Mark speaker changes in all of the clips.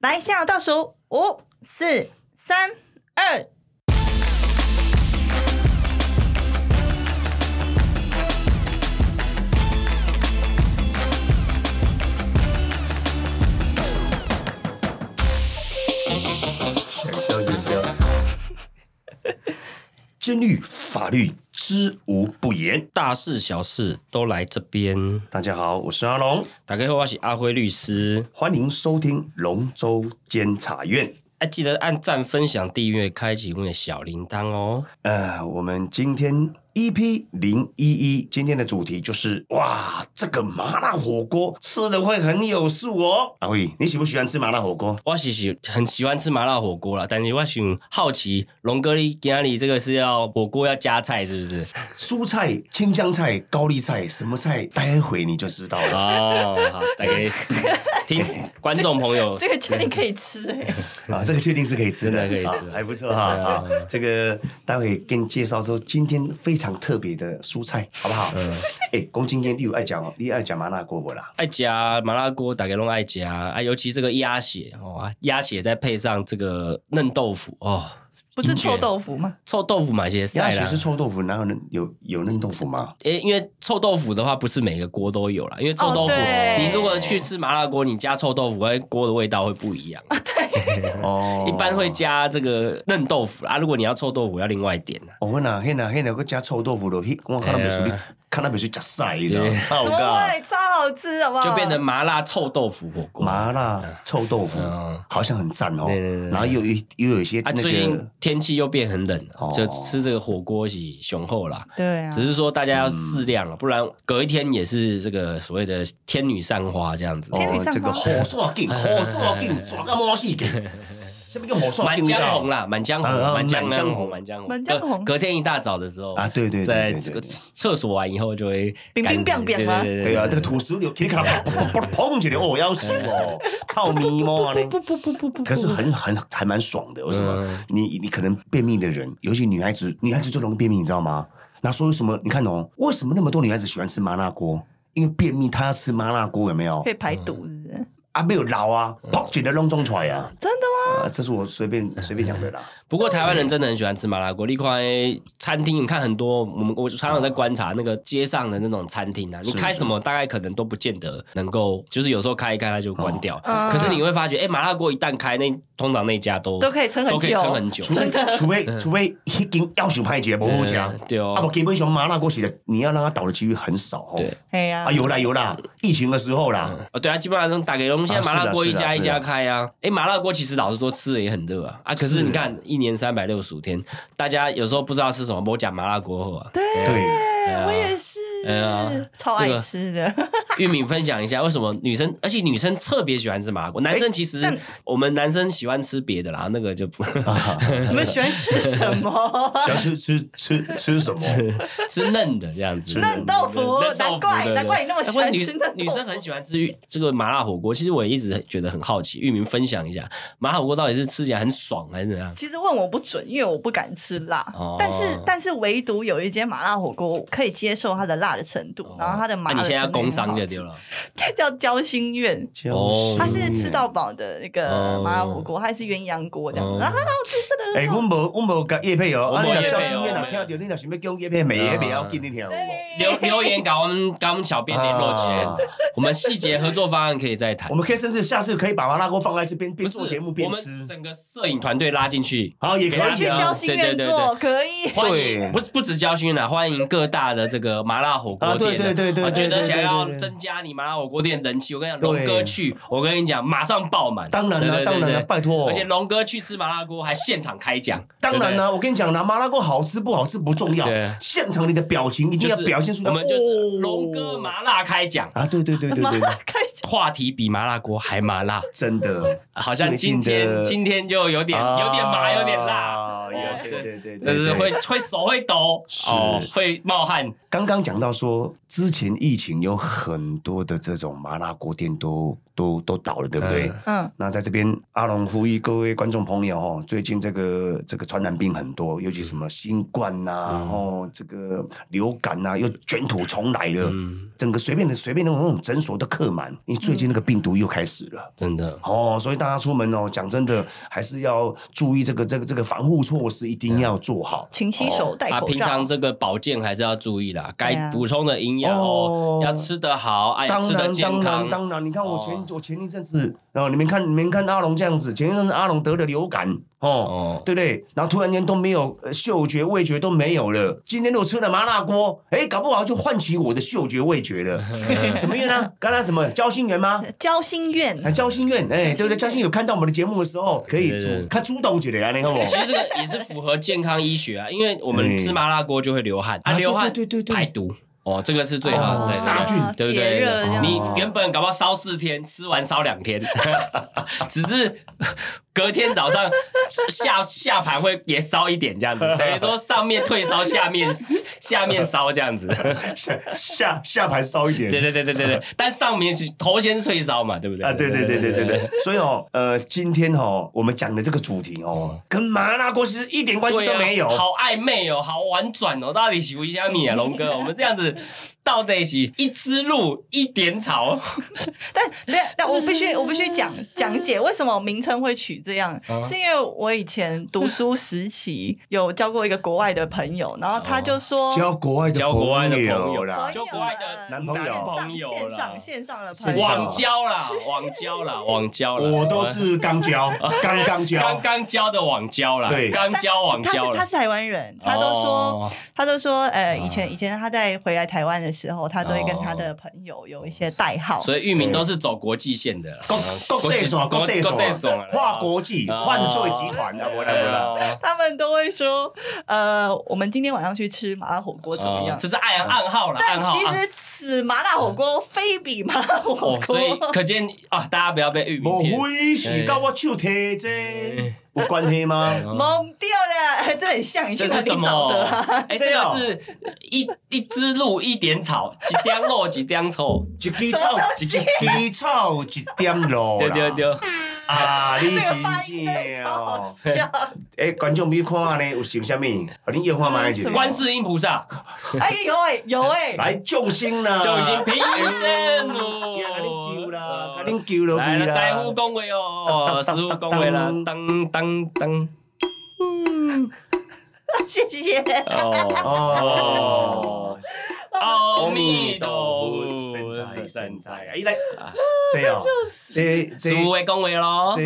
Speaker 1: 来，现在倒数五、四、三、二。
Speaker 2: 想笑就笑。 监狱法律知无不言。
Speaker 3: 大事小事都来这边。
Speaker 2: 大家好，我是阿龙，
Speaker 3: 打开后我是阿辉律师，
Speaker 2: 欢迎收听龙州监察院。
Speaker 3: 哎、记得按赞、分享、订阅、开启我们的小铃铛哦。
Speaker 2: 呃，我们今天 EP 零一一，今天的主题就是哇，这个麻辣火锅吃的会很有数哦。阿慧，你喜不喜欢吃麻辣火锅？
Speaker 3: 我其实很喜欢吃麻辣火锅啦，但是我想好奇，龙哥你今天你这个是要火锅要加菜是不是？
Speaker 2: 蔬菜、青江菜、高丽菜，什么菜？待会你就知道了。
Speaker 3: 哦，好，大家听观众朋友，
Speaker 1: 这个确定可以吃哎、
Speaker 2: 啊，这个确定是可以吃的，
Speaker 3: 真的可以吃
Speaker 2: 啊还不 错哈、啊这个待会跟你介绍说，今天非常特别的蔬菜，好不好？
Speaker 3: 嗯
Speaker 2: 哎、公今天你有爱讲哦，你爱讲麻辣锅不啦？
Speaker 3: 爱加麻辣锅，大家都爱加啊，尤其这个鸭血哦，啊鸭血再配上这个嫩豆腐哦，
Speaker 1: 不是臭豆腐 吗？
Speaker 3: 臭豆腐买些
Speaker 2: 鸭
Speaker 3: 菜
Speaker 2: 血
Speaker 3: 啦
Speaker 2: 是。臭豆腐，哪有嫩有有嫩豆腐吗？
Speaker 3: 诶，因为臭豆腐的话，不是每个锅都有啦。因为臭豆腐，
Speaker 1: 哦对
Speaker 3: 你如果去吃麻辣锅，你加臭豆腐，哎，锅的味道会不一样。
Speaker 2: 哦
Speaker 3: 一般会。加这个嫩豆腐啊。如果你要臭豆腐，要另外点啦。
Speaker 2: 我问啊，那啊那啊，个加臭豆腐的，那我看到美术你
Speaker 3: 哎，
Speaker 2: 看到美术加晒，你知道吗？
Speaker 1: 怎
Speaker 2: 操
Speaker 1: 么
Speaker 2: 尬
Speaker 1: 会超好吃，好不好？
Speaker 3: 就变成麻辣臭豆腐火锅。啊
Speaker 2: 麻辣臭豆腐
Speaker 3: 嗯
Speaker 2: 好像很赞哦
Speaker 3: 对对对，对
Speaker 2: 然后又有一又有一些
Speaker 3: 啊，
Speaker 2: 那
Speaker 3: 最近
Speaker 2: 个
Speaker 3: 天气又变很冷
Speaker 2: 哦
Speaker 3: 了，就吃这个火锅是雄厚啦。
Speaker 1: 对啊，
Speaker 3: 只是说大家要
Speaker 2: 嗯
Speaker 3: 适量了，不然隔一天也是这个所谓的天女散花这样子。
Speaker 1: 天女散花
Speaker 2: 哦这个火煞 劲，火煞劲，抓个毛细劲，什么叫火煞
Speaker 3: 满
Speaker 2: 劲？你知
Speaker 3: 江
Speaker 2: 道
Speaker 3: 红
Speaker 2: 吗
Speaker 3: 啦，满江红，
Speaker 2: 啊啊
Speaker 3: 满江
Speaker 2: 满江红
Speaker 3: 红，满江红，
Speaker 1: 满江红
Speaker 3: 隔隔天一大早的时候
Speaker 2: 啊对对对
Speaker 3: 在
Speaker 2: 对对
Speaker 3: 这
Speaker 2: 对
Speaker 3: 个
Speaker 2: 对
Speaker 3: 厕所完以后就会
Speaker 1: 冰冰
Speaker 3: 感
Speaker 1: 冰冰吗
Speaker 3: 对对
Speaker 2: 对
Speaker 3: 对
Speaker 2: 啊，这个土石流，噼里啪啦，砰砰砰砰起来，哦，要死 哦，操你妈呢！
Speaker 1: 不不不不不，
Speaker 2: 啊可是很很还蛮爽的，为什么
Speaker 3: 嗯？
Speaker 2: 你你可能便秘的人，尤其女孩子，女孩子最容易便秘，你知道吗？那所以什么？你看哦，为什么那么多女孩子喜欢吃麻辣锅？因为便秘，她要吃麻辣锅，有没有
Speaker 1: 可？以排毒，是不是？
Speaker 2: 啊，没有老啊，砰，起来弄中出来啊！
Speaker 1: 嗯真的吗？嗯
Speaker 2: 啊这是我随便随便讲的啦。
Speaker 3: 不过台湾人真的很喜欢吃麻辣锅。另外，餐厅你看很多，我们我常常在观察那个街上的那种餐厅啊，你
Speaker 2: 是
Speaker 3: 开什么大概可能都不见得能够，就是有时候开一开它就关掉。
Speaker 1: 嗯
Speaker 3: 可是你会发觉，哎，麻辣锅一旦开，那通常那家都
Speaker 1: 都可以撑很久
Speaker 3: 都可以撑很久。
Speaker 2: 除非除非
Speaker 1: 嗯
Speaker 2: 除非一斤要求派节不好吃，
Speaker 3: 嗯对哦
Speaker 2: 啊不，基本上麻辣锅起来，你要让它倒的几率很少哦。
Speaker 3: 对
Speaker 1: 哎呀、
Speaker 2: 啊，有啦有啦，疫情的时候啦，
Speaker 3: 哦，对啊，基本上都打给我们现在麻辣锅一
Speaker 2: 啊
Speaker 3: 家
Speaker 2: 是啊
Speaker 3: 一
Speaker 2: 是啊
Speaker 3: 家开啊。哎、麻辣锅其实老实说吃的也很热啊啊，可是你看一年三百六十五天，大家有时候不知道吃什么，我讲麻辣锅后啊。对，
Speaker 2: 对。
Speaker 1: 哎我也是，
Speaker 3: 哎呀
Speaker 1: 超
Speaker 3: 这
Speaker 1: 爱
Speaker 3: 个
Speaker 1: 吃的。
Speaker 3: 玉敏分享一下为什么女生，而且女生特别喜欢吃麻辣锅，
Speaker 1: 哎
Speaker 3: 男生其实
Speaker 1: 但
Speaker 3: 我们男生喜欢吃别的啦，那个就不
Speaker 1: 你们喜欢吃什么？
Speaker 2: 想吃吃吃吃什么？
Speaker 3: 吃嫩的这样子。
Speaker 1: 嫩豆腐
Speaker 3: 嫩豆
Speaker 1: 难
Speaker 3: 腐
Speaker 1: 怪
Speaker 3: 对对
Speaker 1: 难怪你那么喜欢吃嫩
Speaker 3: 难怪
Speaker 1: 豆腐
Speaker 3: 女女生很喜欢吃玉这个麻辣火锅，其实我一直觉得很好奇，玉敏分享一下麻辣火锅到底是吃起来很爽还是怎样？
Speaker 1: 其实问我不准，因为我不敢吃辣。
Speaker 3: 哦
Speaker 1: 但是但是唯独有一间麻辣火锅，我可以接受它的辣的程度，然后它的麻
Speaker 3: 哦那
Speaker 1: 辣
Speaker 3: 啊你
Speaker 1: 的
Speaker 3: 现在要
Speaker 1: 程度很
Speaker 3: 工
Speaker 1: 好
Speaker 3: 商就
Speaker 1: 吃
Speaker 3: 对了。
Speaker 1: 它 叫交心苑。
Speaker 3: 哦
Speaker 1: 它是吃到饱的那个
Speaker 3: 哦
Speaker 1: 麻辣火锅，它是鸳鸯锅这样子，
Speaker 3: 哦
Speaker 1: 然后它好吃，真的
Speaker 2: 哎，
Speaker 1: 很好
Speaker 2: 我
Speaker 1: 吃。
Speaker 2: 无我无甲叶配哦，
Speaker 3: 我
Speaker 2: 啊，
Speaker 3: 没
Speaker 2: 你
Speaker 3: 有
Speaker 2: 若
Speaker 3: 业
Speaker 2: 交
Speaker 3: 配
Speaker 2: 心
Speaker 3: 哦
Speaker 2: 面若
Speaker 3: 没有
Speaker 2: 听到，你若想要叫叶配，没也不要紧，你听有无？
Speaker 3: 留 留言搞我们搞我们小编联络起来
Speaker 2: 啊，
Speaker 3: 我们细节合作方案可以再谈。
Speaker 2: 我们可以甚至下次可以把麻辣锅放在这边，边
Speaker 3: 不是
Speaker 2: 做节目边
Speaker 3: 我们
Speaker 2: 吃，
Speaker 3: 整个摄影团队拉进去，
Speaker 2: 好也可以
Speaker 1: 去
Speaker 2: 啊
Speaker 1: 交。心苑做可以，
Speaker 3: 欢
Speaker 2: 对
Speaker 3: 迎不不止交心啦，啊欢迎各大的这个麻辣火锅
Speaker 2: 啊
Speaker 3: 店的。
Speaker 2: 对对对对
Speaker 3: 我
Speaker 2: 对
Speaker 3: 觉得
Speaker 2: 对
Speaker 3: 想
Speaker 2: 对
Speaker 3: 要
Speaker 2: 对对
Speaker 3: 增加你麻辣火锅店人气，我跟你讲，
Speaker 2: 对
Speaker 3: 龙哥去，我跟你讲，马上爆满。
Speaker 2: 当然了
Speaker 3: 对对对
Speaker 2: 当然了
Speaker 3: 对
Speaker 2: 拜托
Speaker 3: 而且龙哥去吃麻辣锅还现场开讲，
Speaker 2: 当然啊
Speaker 3: 对。
Speaker 2: 啦，我跟你讲啦，麻辣锅好吃不好吃不重要
Speaker 3: 对，
Speaker 2: 现场你的表情一
Speaker 3: 对
Speaker 2: 定
Speaker 3: 就
Speaker 2: 要
Speaker 3: 是
Speaker 2: 表现出来。
Speaker 3: 我们就是
Speaker 2: 哦
Speaker 3: 龙哥麻辣开讲，
Speaker 2: 啊，对对对对
Speaker 1: 麻
Speaker 2: 对，
Speaker 1: 辣开始
Speaker 3: 话题比麻辣锅还麻辣。
Speaker 2: 真的，
Speaker 3: 好像今
Speaker 2: 最近的
Speaker 3: 天今天就有点有点麻，有点辣，哦
Speaker 2: 啊有对对对，对
Speaker 3: 就是
Speaker 2: 对
Speaker 3: 会会手会抖，
Speaker 2: 是
Speaker 3: 哦，会冒汗，
Speaker 2: 刚刚讲到说，之前疫情有很多的这种麻辣锅店都都都倒了，对不对？
Speaker 3: 嗯
Speaker 1: 嗯，
Speaker 2: 那在这边，阿龙呼吁各位观众朋友哦，最近这个这个传染病很多，尤其什么新冠呐、
Speaker 3: 嗯
Speaker 2: 哦这个流感呐、又卷土重来了，
Speaker 3: 嗯，
Speaker 2: 整个随便的随便的那种诊所都客满，因为最近那个病毒又开始了。
Speaker 3: 真的，
Speaker 2: 哦，所以大家出门哦，讲真的，还是要注意这个这个这个防护措施，一定要做好。
Speaker 1: 勤洗手，戴
Speaker 3: 啊，
Speaker 1: 口
Speaker 3: 平
Speaker 1: 罩
Speaker 3: 常，这个保健还是要注意啦，该
Speaker 1: 啊
Speaker 3: 补充的营养
Speaker 2: 哦，
Speaker 3: 哦要吃得好，哎，
Speaker 2: 当
Speaker 3: 吃得
Speaker 2: 然，
Speaker 3: 健
Speaker 2: 当
Speaker 3: 康
Speaker 2: 然，，当然，你看我前、
Speaker 3: 哦
Speaker 2: 我前一阵子，然后你们看你们看阿龙这样子，前一阵子阿龙得了流感哦，
Speaker 3: 哦，
Speaker 2: 对不对？然后突然间都没有呃嗅觉、味觉都没有了。今天我吃了麻辣锅，哎，搞不好就唤起我的嗅觉、味觉 了。什么院呢？刚才什么交心园吗？
Speaker 1: 交心
Speaker 2: 啊，
Speaker 1: 愿，
Speaker 2: 交心院，哎， 对不对？交心有看到我们的节目的时候，可以
Speaker 3: 对 对对
Speaker 2: 主看主动起来，你看
Speaker 1: 哦
Speaker 2: 我。
Speaker 3: 其实这个也是符合健康医学啊，因为我们吃麻辣锅就会流汗，啊，
Speaker 2: 嗯啊
Speaker 3: 流汗
Speaker 2: 对对对对对
Speaker 3: 排毒哦，这个是最好
Speaker 2: 哦
Speaker 3: 的对
Speaker 2: 杀菌
Speaker 3: 对不
Speaker 1: 解
Speaker 3: 对
Speaker 1: 热这
Speaker 3: 对？
Speaker 1: 样
Speaker 3: 你原本搞不好烧四天，吃完烧两天， 只是隔天早上下下盘会也烧一点 这样子，等于说上面退烧，下面下面烧 这样子。
Speaker 2: 下下下盘烧一点。
Speaker 3: 对对对对对对，但上面是头先退烧嘛，对不对？
Speaker 2: 啊，对对对对对对，所以哦，呃，今天哦，我们讲的这个主题哦，跟麻辣锅是一点关系
Speaker 3: 嗯对
Speaker 2: 都
Speaker 3: 啊
Speaker 2: 没有。
Speaker 3: 好暧昧哦，好婉转哦，到底喜不喜欢你啊，龙哥？我们这样子到底喜一枝露一 点草，
Speaker 1: 但但但我必须我必须讲讲解为什么名称会取这样，
Speaker 2: 啊
Speaker 1: 是因为我以前读书时期有交过一个国外的朋友，然后他就说
Speaker 2: 交国外的
Speaker 3: 交国外的朋友
Speaker 2: 啦
Speaker 1: 朋友，呃
Speaker 3: 交哦国外的
Speaker 2: 男朋友
Speaker 1: 线上
Speaker 3: 朋友啦
Speaker 1: 线上线上的朋
Speaker 2: 线
Speaker 1: 友，
Speaker 2: 上
Speaker 3: 网交啦，网交啦，网交啦，
Speaker 2: 啊我都是刚交，刚刚
Speaker 3: 刚
Speaker 2: 交。
Speaker 3: 刚交的网交啦，
Speaker 2: 对
Speaker 3: 刚交网
Speaker 1: 他
Speaker 3: 交
Speaker 1: 是他
Speaker 3: 啦
Speaker 1: 是。台湾人，他都说
Speaker 3: 哦
Speaker 1: 他都说，呃，以
Speaker 3: 啊哦
Speaker 1: 前以前他在回来台湾的时候，他都会跟他的朋友有一些代号，
Speaker 3: 所以域名都是走国际线的啦，
Speaker 2: 国国际所，国际
Speaker 3: 国际啊所
Speaker 2: 所
Speaker 3: 啦，
Speaker 2: 跨国际
Speaker 3: 哦
Speaker 2: 犯罪集团啊，不啦不啦，
Speaker 3: 哦
Speaker 1: 他们都会说，呃，我们今天晚上去吃麻辣火锅怎么样？
Speaker 3: 哦这是暗暗号啦，暗
Speaker 1: 但
Speaker 3: 号。
Speaker 1: 其
Speaker 3: 暗
Speaker 1: 实此麻辣火锅非彼麻辣火锅，
Speaker 3: 哦，所以可见啊，大家不要被域名
Speaker 2: 莫
Speaker 3: 骗。
Speaker 2: 非是跟我手提
Speaker 3: 嗯
Speaker 2: 这有关系吗？
Speaker 3: 哎哦
Speaker 1: 懵掉了，这很像你去
Speaker 3: 这
Speaker 1: 哪
Speaker 3: 是
Speaker 1: 里找
Speaker 3: 什么
Speaker 1: 的、 啊？？
Speaker 3: 哎，这
Speaker 2: 这样
Speaker 3: 个是一一枝露一点草，几点落几点 臭。
Speaker 2: 一枝草，一枝草，一点露
Speaker 3: 对
Speaker 2: 啦。
Speaker 3: 对对，
Speaker 1: 嗯
Speaker 2: 啊，你
Speaker 1: 那个发音真
Speaker 2: 真
Speaker 1: 的
Speaker 2: 正
Speaker 1: 超好
Speaker 2: 哦。
Speaker 1: 笑！
Speaker 2: 诶，观众朋友看下呢，有想啥物？互恁摇看卖一下。
Speaker 3: 观世音菩萨
Speaker 1: 哎有哎、有哎、
Speaker 2: 来救星啦！
Speaker 1: 嗯
Speaker 3: 就已经平身
Speaker 2: 哎呀，甲恁救啦，
Speaker 3: 了
Speaker 2: 甲。恁救落
Speaker 3: 哦来
Speaker 2: 去
Speaker 3: 了，
Speaker 2: 啦。
Speaker 3: 三呼恭维哦，十呼恭维了，当当当，
Speaker 1: 谢谢。
Speaker 3: 哦，
Speaker 2: 哦，
Speaker 3: 阿
Speaker 2: 阿
Speaker 3: 弥
Speaker 2: 弥
Speaker 3: 陀
Speaker 2: 陀
Speaker 3: 佛啊
Speaker 2: 佛，身材身材，哎来，这样，这
Speaker 3: 十
Speaker 2: 这
Speaker 3: 呼为恭维喽。
Speaker 2: 这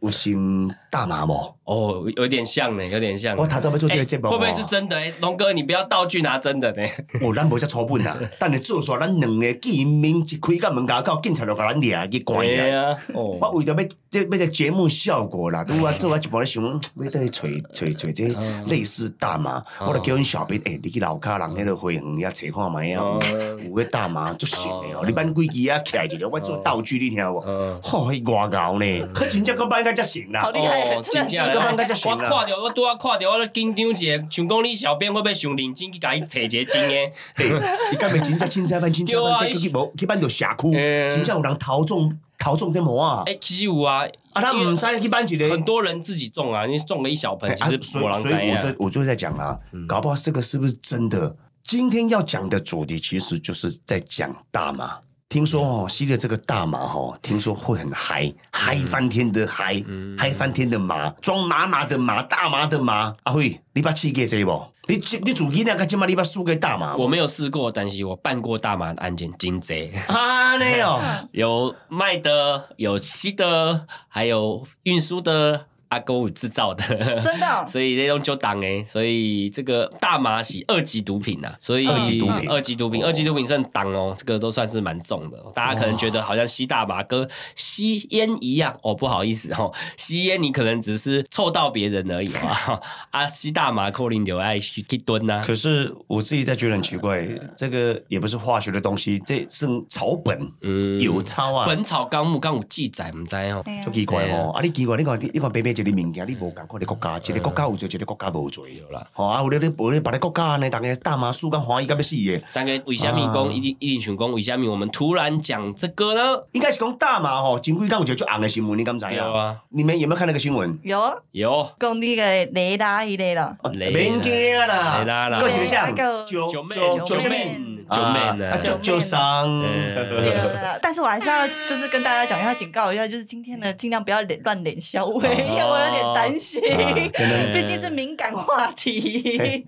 Speaker 2: 有心大麻无？
Speaker 3: 哦，有点像呢，有点像呢。
Speaker 2: 我头都要做这
Speaker 3: 哎
Speaker 2: 个节目哦，
Speaker 3: 会不会是真的？哎，龙哥，你不要道具拿真的呢。
Speaker 2: 哦，咱无遮粗本啊！等下做煞，咱两个见面一开甲门牙口，警察就甲咱掠去关
Speaker 3: 对
Speaker 2: 起来。
Speaker 3: 啊，哦
Speaker 2: 我为着要这要这节目效果啦，拄啊做啊一步咧想，要倒去找找找这
Speaker 3: 哦
Speaker 2: 类似大麻，我就叫阮小编，诶、你去楼骹人迄个花园遐找看卖啊，
Speaker 3: 哦
Speaker 2: 有迄大麻足神诶
Speaker 3: 哦
Speaker 2: 哦，你搬几支啊徛一条，我做道具你听有无？
Speaker 3: 嗯
Speaker 2: 吼，迄外高呢，可真正个搬甲遮神啦
Speaker 1: 好！厉害
Speaker 3: 哦，
Speaker 1: 真的
Speaker 3: 真正
Speaker 1: 很厉
Speaker 2: 害
Speaker 3: 我看着我拄啊看着，我咧紧张一下，想讲你小编会不会想认真去甲伊找一个真诶？
Speaker 2: 诶、你敢袂真正凊彩搬凊彩
Speaker 3: 对啊
Speaker 2: 搬，去去无去搬到社区，
Speaker 3: 嗯
Speaker 2: 真正有人头中头中这魔啊！
Speaker 3: 哎，其实有啊，
Speaker 2: 啊，他毋知去搬一个。
Speaker 3: 很多人自己种啊，你种了一小盆，
Speaker 2: 哎
Speaker 3: 其
Speaker 2: 啊
Speaker 3: 实
Speaker 2: 所
Speaker 3: 没
Speaker 2: 以
Speaker 3: 人
Speaker 2: 所
Speaker 3: 知
Speaker 2: 以我
Speaker 3: 影
Speaker 2: 就。我就在讲啊，
Speaker 3: 嗯
Speaker 2: 搞不好这个是不是真的？今天要讲的主题其实就是在讲大麻。听说
Speaker 3: 嗯
Speaker 2: 哦，吸了这个大麻哦，听说会很嗨，嗨翻天的嗨，
Speaker 3: 嗯
Speaker 2: 嗨翻天的麻，装麻麻的麻，大麻的麻。啊阿辉，你把气给这不？你你主意那个今嘛，你把输给大麻不？
Speaker 3: 我没有试过，但是我办过大麻的案件，真贼
Speaker 2: 啊，那 哦，
Speaker 3: 有卖的，有吸的，还有运输的，阿哥有制造的，
Speaker 1: 真 的哦
Speaker 3: 所以这种就挡哎，所以这个大麻是二级毒品呐、啊，所以
Speaker 1: 二级毒
Speaker 2: 品
Speaker 3: 二级毒品，
Speaker 2: 哦
Speaker 3: 二级毒品算挡哦，这个都算是蛮重的。大家可能觉得好像吸大麻跟吸烟一样哦，不好意思哦，吸烟你可能只是臭到别人而已啊， 啊，吸大麻扣零有爱去去蹲呐、啊，
Speaker 2: 可是我自己在觉得很奇怪，这个也不是化学的东西，这是草本，
Speaker 3: 嗯，
Speaker 2: 有草啊
Speaker 3: 《本草纲目》刚有记载，唔知哦，
Speaker 1: 哎呀
Speaker 2: 啊就奇怪哦，啊！你奇怪，你看你看白白一一个物件，你无共款的国家，一个国家有做，一个国家无做。
Speaker 3: 有啦。
Speaker 2: 吼啊，有咧咧无咧别个国家呢，大家大麻树甲欢喜甲要死的。
Speaker 3: 三个为虾米
Speaker 2: 啊
Speaker 3: 讲一定一定群讲为虾米我们突然讲这个呢？
Speaker 2: 应该是讲大麻吼，前几天有一个最红的新闻，你敢知影？
Speaker 3: 有啊，
Speaker 2: 你们有没有看那个新闻？
Speaker 1: 有啊
Speaker 3: 有
Speaker 1: 讲你个雷达一类啦，
Speaker 2: 哦
Speaker 3: 雷
Speaker 2: 免惊啦，
Speaker 3: 雷啦啦
Speaker 2: 还有一个像
Speaker 1: 还有
Speaker 2: 九
Speaker 3: 九妹
Speaker 2: 九
Speaker 1: 九
Speaker 2: 妹
Speaker 1: 妹
Speaker 3: 九妹
Speaker 2: 啊
Speaker 3: 呢？
Speaker 2: 九
Speaker 1: 九
Speaker 2: 九伤，
Speaker 3: 嗯
Speaker 1: 对 啊但是我还是要就是跟大家讲一下，警告一下，就是今天呢，尽量不要脸乱脸消委，因为我有点担心，
Speaker 2: 啊真的
Speaker 1: 毕竟是敏感话题。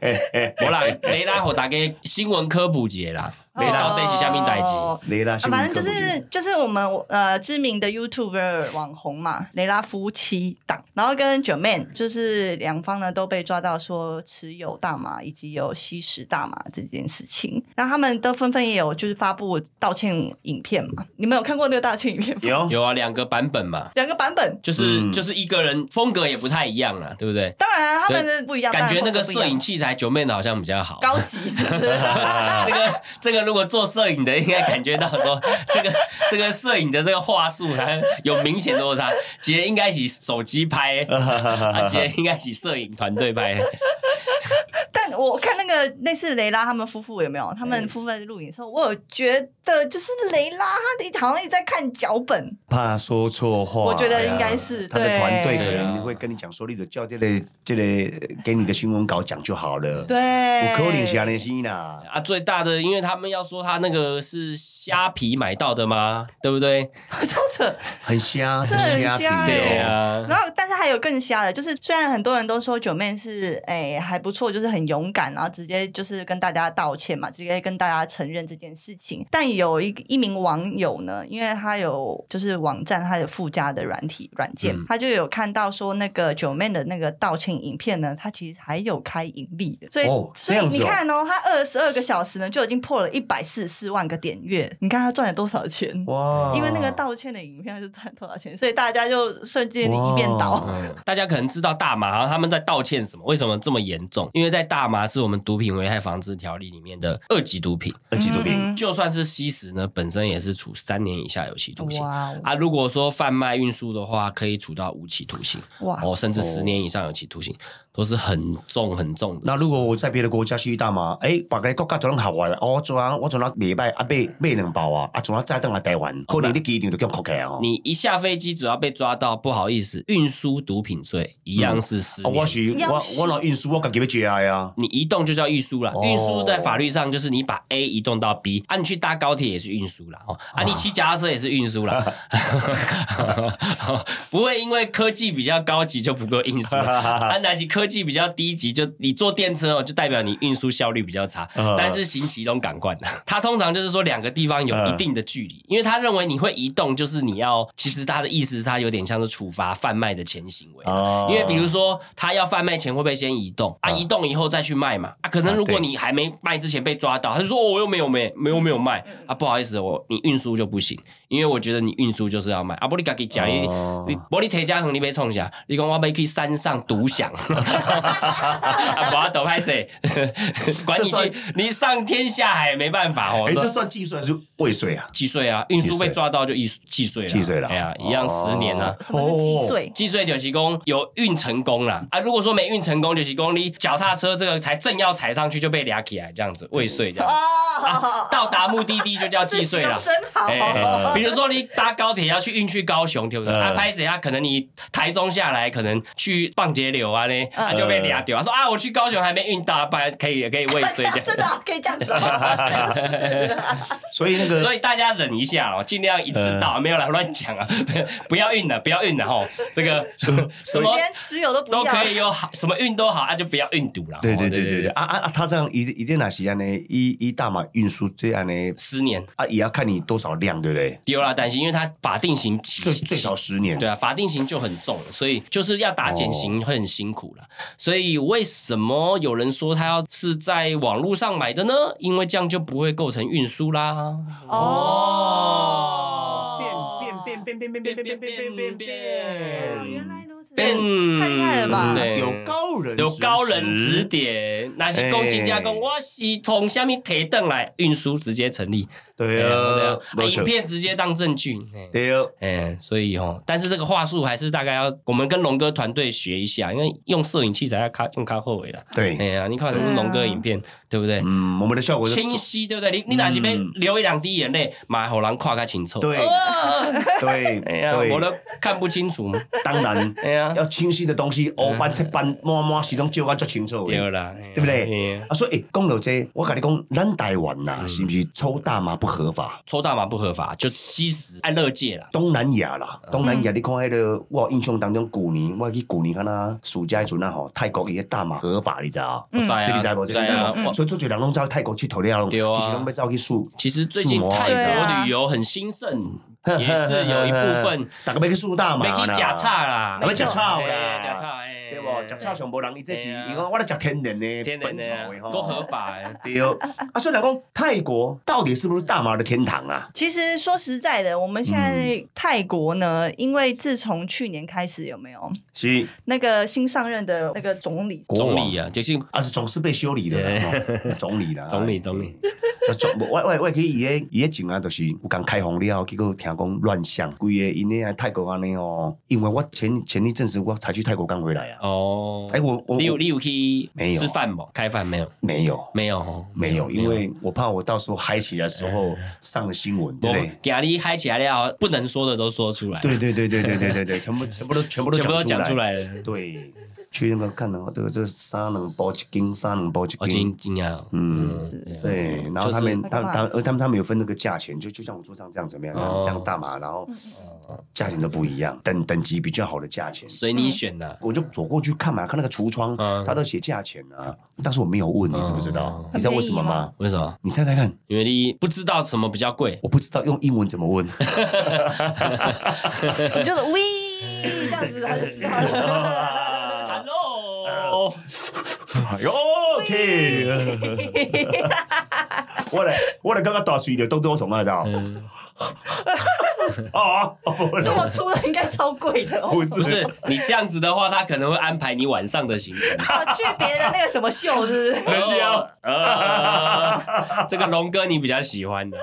Speaker 3: 无啦，雷拉给大家新闻科普节啦，雷拉到底是虾米代志？
Speaker 1: 哦
Speaker 2: 雷啦，
Speaker 1: 啊反正就是就是我们呃知名的 YouTuber 网红嘛，雷拉夫妻档，然后跟 Jermaine 就是两方呢都被抓到说持有大麻以及有吸食大麻这件事情，那他们都纷纷也有就是发布道歉影片嘛，你们有看过那个道歉影片吗？
Speaker 2: 有
Speaker 3: 有啊，两个版本嘛，
Speaker 1: 两个版本，
Speaker 3: 就是、
Speaker 2: 嗯
Speaker 3: 就是一个人风格也不太一样啦，对不对？
Speaker 1: 当然啊他们的不一样，
Speaker 3: 感觉那
Speaker 1: 当
Speaker 3: 个
Speaker 1: 然风格不一样
Speaker 3: 摄影器材九妹的好像比较好。啊
Speaker 1: 高级是 不是？
Speaker 3: 这个这个，如果做摄影的应该感觉到说， 这个这个摄影的这个话术还有明显的落差。姐应该是手机拍， 啊，姐应该是摄影团队拍。
Speaker 1: 但我看那个类似雷拉他们夫妇有没有？他们夫妇在录影的时候，我有觉得就是雷拉他好像一直在看脚本，
Speaker 2: 怕说错话，
Speaker 1: 我觉得应该是
Speaker 2: 哎他的团队
Speaker 1: 对
Speaker 2: 可
Speaker 3: 啊
Speaker 2: 能会跟你讲说，你的叫这类这类给你的新闻稿讲就好了。，
Speaker 1: 对，
Speaker 2: 我扣 领下那些啦，
Speaker 3: 啊，最大的，因为他们要说他那个是虾皮买到的嘛，对不对？
Speaker 1: 超扯。
Speaker 2: 很瞎，
Speaker 1: 这很
Speaker 2: 瞎
Speaker 1: 瞎
Speaker 2: 评
Speaker 3: 对
Speaker 1: 欸
Speaker 2: 哦。
Speaker 3: 啊，
Speaker 1: 然后，但是还有更瞎的，就是虽然很多人都说九妹是哎、还不错，就是很勇敢，然后直接就是跟大家道歉嘛，直接跟大家承认这件事情。但有一一名网友呢，因为他有就是网站，他有附加的软体软件，
Speaker 3: 嗯
Speaker 1: 他就有看到说那个九妹的那个道歉影片呢，他其实还有开盈利的，所以、
Speaker 2: 哦
Speaker 1: 所以
Speaker 2: 这样子
Speaker 1: 你
Speaker 2: 哦
Speaker 1: 看哦，他二十二个小时呢就已经破了一百四十四万个点阅，你看他赚了多少钱？
Speaker 2: 哇
Speaker 1: 因为那
Speaker 3: 哦
Speaker 1: 个道歉的影片是赚多少钱，所以大家就瞬间一面倒。
Speaker 3: 嗯，大家可能知道大麻他们在道歉什么？为什么这么严重？因为在大麻是我们毒品危害防治条例里面的二级毒品，
Speaker 2: 二级毒品，
Speaker 1: 嗯
Speaker 3: 就算是吸食呢，本身也是处三年以下有期徒刑。
Speaker 1: 哇哦
Speaker 3: 啊，如果说贩卖、运输的话，可以处到无期徒刑，
Speaker 1: 哇！
Speaker 3: 哦，甚至十年以上有期徒刑，都是很重很重的。
Speaker 2: 那如果我在别的国家吸大麻，哎、别个国家做拢合法的，哦，我做啊，我做啊袂歹，啊买买两包啊，啊做啊再等来台湾，可能你机场就叫扣起来哦。
Speaker 3: 哦你一下飞机，只要被抓到，不好意思，运输毒品罪一样是十
Speaker 2: 啊，
Speaker 3: 年。
Speaker 2: 我是
Speaker 1: 要
Speaker 2: 我
Speaker 1: 是
Speaker 2: 我老运输，我家己要接的啊。
Speaker 3: 你移动就叫运输啦，
Speaker 2: 哦
Speaker 3: 运输在法律上就是你把 A 移动到 B，啊，你去搭高铁也是运输啦，哦，啊，你骑脚踏车也是运输 啦， 不会因为科技比较高级就不够运 输，啊，那是科技比较低级，就你坐电车哦，就代表你运输效率比较差
Speaker 2: 嗯，
Speaker 3: 但是行其中感官的，他通常就是说两个地方有
Speaker 2: 嗯
Speaker 3: 一定的距离，因为他认为你会移动，就是你要，其实他的意思是他有点像是处罚贩卖的前行为，
Speaker 2: 哦
Speaker 3: 因为比如说他要贩卖前会不会先移动啊？移动以后再去卖嘛？啊，可能如
Speaker 2: 嗯啊
Speaker 3: 果
Speaker 2: 对
Speaker 3: 你还没卖之前被抓到，他就说哦，我又没有没没有没有卖啊，不好意思，我你运输就不行，因为我觉得你运输就是要卖啊，不然你自己讲一
Speaker 2: 哦。
Speaker 3: 你玻璃铁家同你被冲下，你讲我要去山上独享， 啊，不要抖拍谁， 管
Speaker 2: 这
Speaker 3: 你
Speaker 2: 算
Speaker 3: 去，你上天下海没办法哦
Speaker 2: 哎、。这算计算是未遂啊？
Speaker 3: 既遂啊，运输被抓到就一既遂了，
Speaker 2: 既遂了
Speaker 3: 哎呀，一样十年啊
Speaker 2: 哦。
Speaker 1: 什么是击碎？
Speaker 3: 计税九旗工有运成功啦啊！如果说没运成功，九旗工你脚踏车这个才正要踩上去就被俩起来，这样子未遂这样子，
Speaker 1: 哦，
Speaker 3: 到达目的地就叫计税啦。
Speaker 1: 真好。哦
Speaker 3: 哎，比如说你搭高铁要去运去高雄，对不对？
Speaker 2: 嗯
Speaker 3: 啊，拍谁啊？可能你台中下来，可能去棒节流啊呢，
Speaker 1: 嗯
Speaker 3: 啊就被俩丢。他说啊，我去高雄还没运到，不然可以也可以未遂 这样。
Speaker 1: 真的啊可以这样子 哦。
Speaker 2: 所以那个
Speaker 3: 所以大家忍一下哦，尽量一次到，没有啦，乱讲啊， 不要运了，不要运了吼。这个什么
Speaker 1: 连持有都不
Speaker 3: 都
Speaker 1: 要，
Speaker 3: 可以有好什么运都好，啊就不要运毒了。
Speaker 2: 对
Speaker 3: 哦
Speaker 2: 对对对对，，啊啊啊！他这样一一定哪是安呢？一一大马运输这样呢？
Speaker 3: 十年
Speaker 2: 啊，也要看你多少量，对不对？
Speaker 3: 丢了担心，因为它法定刑起
Speaker 2: 最最少哦十年。
Speaker 3: 对啊，法定刑就很重了，所以就是要打减刑会很辛苦了。所以为什么有人说他要是在网络上买的呢？因为这样就不会构成运输啦。
Speaker 1: 哦
Speaker 2: 变变变变
Speaker 3: 变变变变变变
Speaker 1: 哦原来如此，
Speaker 3: 变
Speaker 1: 太厉害了吧？
Speaker 3: 嗯对
Speaker 2: 啊有高高人
Speaker 3: 有高人指
Speaker 2: 指点，
Speaker 3: 点，那些公斤加
Speaker 2: 哎
Speaker 3: 工，我是从下面提凳来运输，直接成立。
Speaker 2: 对
Speaker 3: 对啊
Speaker 2: 啊，
Speaker 3: 啊，
Speaker 2: 没
Speaker 3: 影
Speaker 2: 错，
Speaker 3: 片直接当证据。哎
Speaker 2: 对啊，
Speaker 3: 哎，所以哦，但是这个话术还是大概要我们跟龙哥团队学一下，因为用摄影器材要卡用卡后尾啦。哎
Speaker 2: 对，啊
Speaker 3: 呀，你看我们龙哥影片，对不对？
Speaker 2: 嗯，我们的效果是
Speaker 3: 清晰，对不对？你你哪是被
Speaker 2: 嗯
Speaker 3: 流一两滴眼泪，马好人跨开清楚。
Speaker 2: 对 对
Speaker 3: 哦 哎呀，我
Speaker 2: 对，
Speaker 3: 都看不清楚。
Speaker 2: 当然
Speaker 3: 哎呀，
Speaker 2: 要清晰的东西，哦黑斑、七斑、摸摸始终照我足清楚的。
Speaker 3: 对啦，
Speaker 2: 对不对
Speaker 3: 哎呀？
Speaker 2: 啊，所以讲到这我跟你讲，咱台湾
Speaker 3: 嗯
Speaker 2: 呐、是不是抽大麻不合法？
Speaker 3: 抽大麻不合法，就吸食爱乐界啦。
Speaker 2: 东南亚啦，
Speaker 3: 嗯
Speaker 2: 东南亚，你看迄、个，我印象当中，旧年我去旧年敢若暑假迄阵啊吼，泰国伊个大麻合法，你知道？
Speaker 3: 我知啊，
Speaker 2: 嗯这你知无？这
Speaker 3: 知
Speaker 2: 你知嗯
Speaker 3: 啊
Speaker 2: 无。所以做侪人拢走泰国去佗了，
Speaker 3: 对啊
Speaker 2: 其实拢要走去树，
Speaker 3: 其实最近
Speaker 2: 树魔啊
Speaker 3: 泰
Speaker 1: 对
Speaker 3: 国
Speaker 1: 啊
Speaker 3: 旅游很兴盛，也是有一部分
Speaker 2: 大哦家要去树大
Speaker 3: 没
Speaker 2: 麻
Speaker 3: 去
Speaker 2: 啦。
Speaker 3: 假叉啦，
Speaker 2: 啊要吃草啦
Speaker 3: 哎假叉哎，
Speaker 2: 对不？食草上无人，伊这是
Speaker 3: 对啊
Speaker 2: 伊讲我咧食天然的
Speaker 3: 天然
Speaker 2: 本草
Speaker 3: 的
Speaker 2: 的
Speaker 3: 啊，够合。法的。
Speaker 2: 对，啊，所以人讲泰国到底是不是大麻的天堂啊？
Speaker 1: 其实说实在的，我们现
Speaker 3: 嗯
Speaker 1: 在泰国呢，因为自从去年开始有没有
Speaker 2: 是
Speaker 1: 那个新上任的那个总理，
Speaker 2: 国
Speaker 3: 总
Speaker 2: 王
Speaker 3: 理啊，就是
Speaker 2: 啊，总是被修理的啦， 吼总理啦，
Speaker 3: 总理总理，
Speaker 2: 啊，总我我我记伊个伊个前啊，就是有刚开放了后，结果听讲乱象，规个因那泰国安尼哦，因为我前前一阵子我才去泰国刚回来啊，
Speaker 3: 哦。
Speaker 2: 哎，我我
Speaker 3: 你有
Speaker 2: 我
Speaker 3: 你有去
Speaker 2: 没有
Speaker 3: 吃饭吗？开饭没有？
Speaker 2: 没有
Speaker 3: 没有哦，
Speaker 2: 没有，因为我怕我到时候嗨起来的时候上了新闻，对
Speaker 3: 我
Speaker 2: 不对？
Speaker 3: 假你嗨起来了，不能说的都说出来，
Speaker 2: 对对对对对对对对，全部全部 都全部都
Speaker 3: 全部都讲
Speaker 2: 讲
Speaker 3: 出
Speaker 2: 出来，
Speaker 3: 来了。
Speaker 2: 对，去那个看了这个这三两包一斤，三两包一
Speaker 3: 我
Speaker 2: 斤
Speaker 3: 惊。惊啊，
Speaker 2: 嗯
Speaker 3: 嗯，
Speaker 2: 对，然后他
Speaker 3: 就是
Speaker 2: 们、他
Speaker 1: 那个
Speaker 2: 他呃他们他们有分那个价钱，就就像我桌上这样怎么样，
Speaker 3: 哦嗯
Speaker 2: 这样大麻，然后价钱都不一样，等等级比较好的价钱。
Speaker 3: 随你选呐。
Speaker 2: 我就走过去看嘛，看那个橱窗
Speaker 3: 嗯，
Speaker 2: 他都写价钱啊，但是我没有问，你知不知道
Speaker 3: 哦？
Speaker 2: 你知道为什么吗？
Speaker 3: 为什么？
Speaker 2: 你猜猜看，
Speaker 3: 因为你不知道什么比较贵。
Speaker 2: 我不知道用英文怎么 问，
Speaker 1: 你就是喂这样子，他就知道 了。
Speaker 3: Hello，
Speaker 2: 哎呦 OK，我来我来刚刚打水的都多虫啊，知道？
Speaker 3: 嗯
Speaker 2: 哦，哦不
Speaker 1: 这么粗的应该超贵的哦。
Speaker 2: 不
Speaker 3: 不是你这样子的话，他可能会安排你晚上的行程。
Speaker 1: 哦，去别的那个什么秀是不 是？
Speaker 3: 哦呃这个龙哥你比较喜欢的，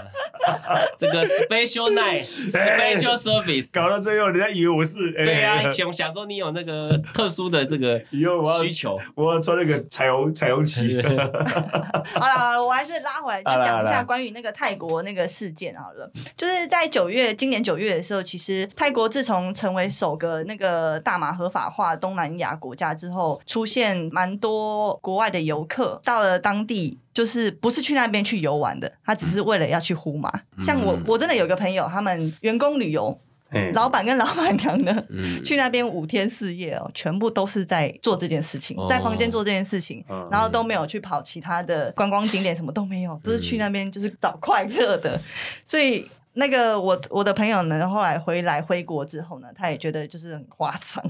Speaker 3: 这个 special night special service，
Speaker 2: 搞到最后，人家以为我是
Speaker 3: 对
Speaker 2: 哎
Speaker 3: 呀，想想说你有那个特殊的这个
Speaker 2: 以后我要
Speaker 3: 需求，
Speaker 2: 我要穿那个彩虹彩虹旗。
Speaker 1: 好了好了，我还是拉回来，就
Speaker 2: 好
Speaker 1: 讲
Speaker 2: 啦
Speaker 1: 一
Speaker 2: 好
Speaker 1: 下
Speaker 2: 啦
Speaker 1: 关于那个泰国那个事件好了。就是在九月，今年九月的时候，其实泰国自从成为首个那个大麻合法化东南亚国家之后，出现蛮多国外的游客到了当地。就是不是去那边去游玩的，他只是为了要去呼麻。像
Speaker 2: 嗯
Speaker 1: 我，我真的有个朋友，他们员工旅游，
Speaker 2: 嘿
Speaker 1: 老板跟老板娘呢，
Speaker 3: 嗯，
Speaker 1: 去那边五天四夜哦，全部都是在做这件事情
Speaker 3: 哦，
Speaker 1: 在房间做这件事情
Speaker 2: 嗯，
Speaker 1: 然后都没有去跑其他的观光景点，什么都没有，都是去
Speaker 3: 嗯
Speaker 1: 那边就是找快乐的，所以。那个我我的朋友呢，后来回来回国之后呢，他也觉得就是很夸张，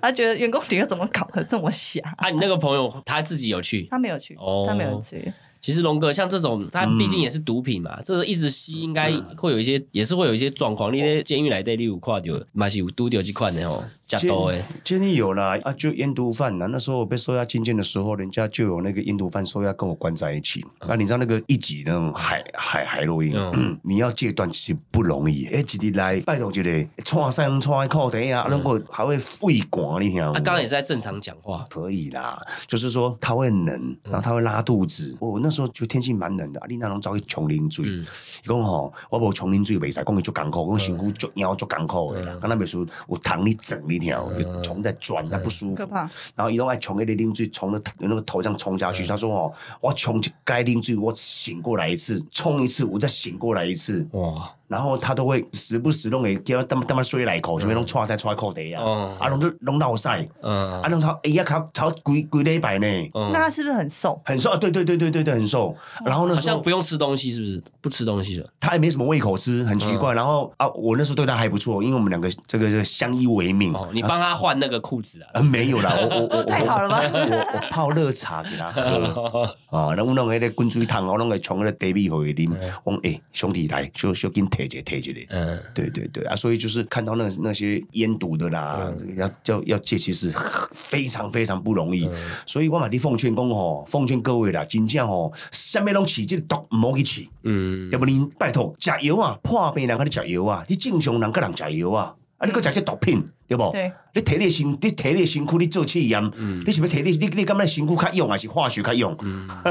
Speaker 1: 他觉得员工旅游怎么搞得这么瞎？
Speaker 3: 啊，你那个朋友他自己有去，
Speaker 1: 他没有去，
Speaker 3: 哦
Speaker 1: 他没有去，
Speaker 3: 其实龙哥像这种，他毕竟也是毒品嘛，这个一直吸应该会有一些，也是会有一些状况。你在监狱来对，你有看到，嘛是有拄到这款的哦，加多诶。
Speaker 2: 监狱有啦啊，就烟毒贩啦。那时候我被收押进监的时候，人家就有那个烟毒贩说要跟我关在一起。那、你知道那个一级那种海海海洛因，
Speaker 3: 嗯
Speaker 2: 你要戒断其实不容易。哎，一日来拜托一个，穿上穿靠底啊，能够还会肺管，你听有没有。
Speaker 3: 他刚刚也是在正常讲话，
Speaker 2: 可以啦，就是说他会冷，然后他会拉肚子。我、那时候就天气蛮冷的，啊，你那拢走去冲冷水，伊讲吼，我无冲冷水袂使，讲伊足艰苦，讲身躯足腰足艰苦的啦，敢若袂舒，有糖你整你条，有虫在转，它不舒
Speaker 1: 嗯
Speaker 2: 服
Speaker 1: 可。怕。
Speaker 2: 然后伊拢爱冲迄个冷水，冲了那个头这样冲下去。他说哦，我冲一该冷水，我醒过来一次，冲一次，我再醒过来一次。
Speaker 3: 哇，
Speaker 2: 然后他都会时不时弄个叫他他妈水来口，前面拢踹在踹口底啊
Speaker 3: 哦，
Speaker 2: 啊拢都拢闹晒。
Speaker 3: 嗯
Speaker 2: 啊，，弄超哎呀，超超几几礼拜呢，
Speaker 3: 嗯
Speaker 1: 那他是不是很瘦？
Speaker 2: 很瘦啊，对对对对对对，很瘦。然后那
Speaker 3: 哦好
Speaker 2: 时
Speaker 3: 像
Speaker 2: 候
Speaker 3: 不用吃东西，是不是？不吃东西了，
Speaker 2: 他也没什么胃口吃，很奇怪。
Speaker 3: 嗯
Speaker 2: 然后啊，我那时候对他还不错，因为我们两个这个这个相依为命。
Speaker 3: 哦，你帮他换那个裤子啊。
Speaker 2: 啊，没有啦，我我 我我
Speaker 1: 太好了吧
Speaker 2: 我我我泡热茶给他喝
Speaker 3: 哦
Speaker 2: 哎啊，然后弄那个滚水烫，我弄个冲那个茶米给他啉。我讲诶，兄弟来，小小紧退一退一退。
Speaker 3: 嗯，
Speaker 2: 对对对啊，所以就是看到那那些烟毒的啦，
Speaker 3: 嗯
Speaker 2: 这个要要要戒，其实非常非常不容易。
Speaker 3: 嗯
Speaker 2: 所以我嘛，你奉劝讲吼，奉劝各位啦，真正吼，什么拢起这个毒唔好去起，
Speaker 3: 嗯，
Speaker 2: 要不然拜托，食药啊，破病人跟你食药啊，你正常人跟人食药啊，啊，你搁食这毒品，对不？
Speaker 1: 对
Speaker 2: 你摕你的身，你摕你的身躯，你做试验，
Speaker 3: 嗯
Speaker 2: 你是要摕你你你感觉身躯较用还是化学较用？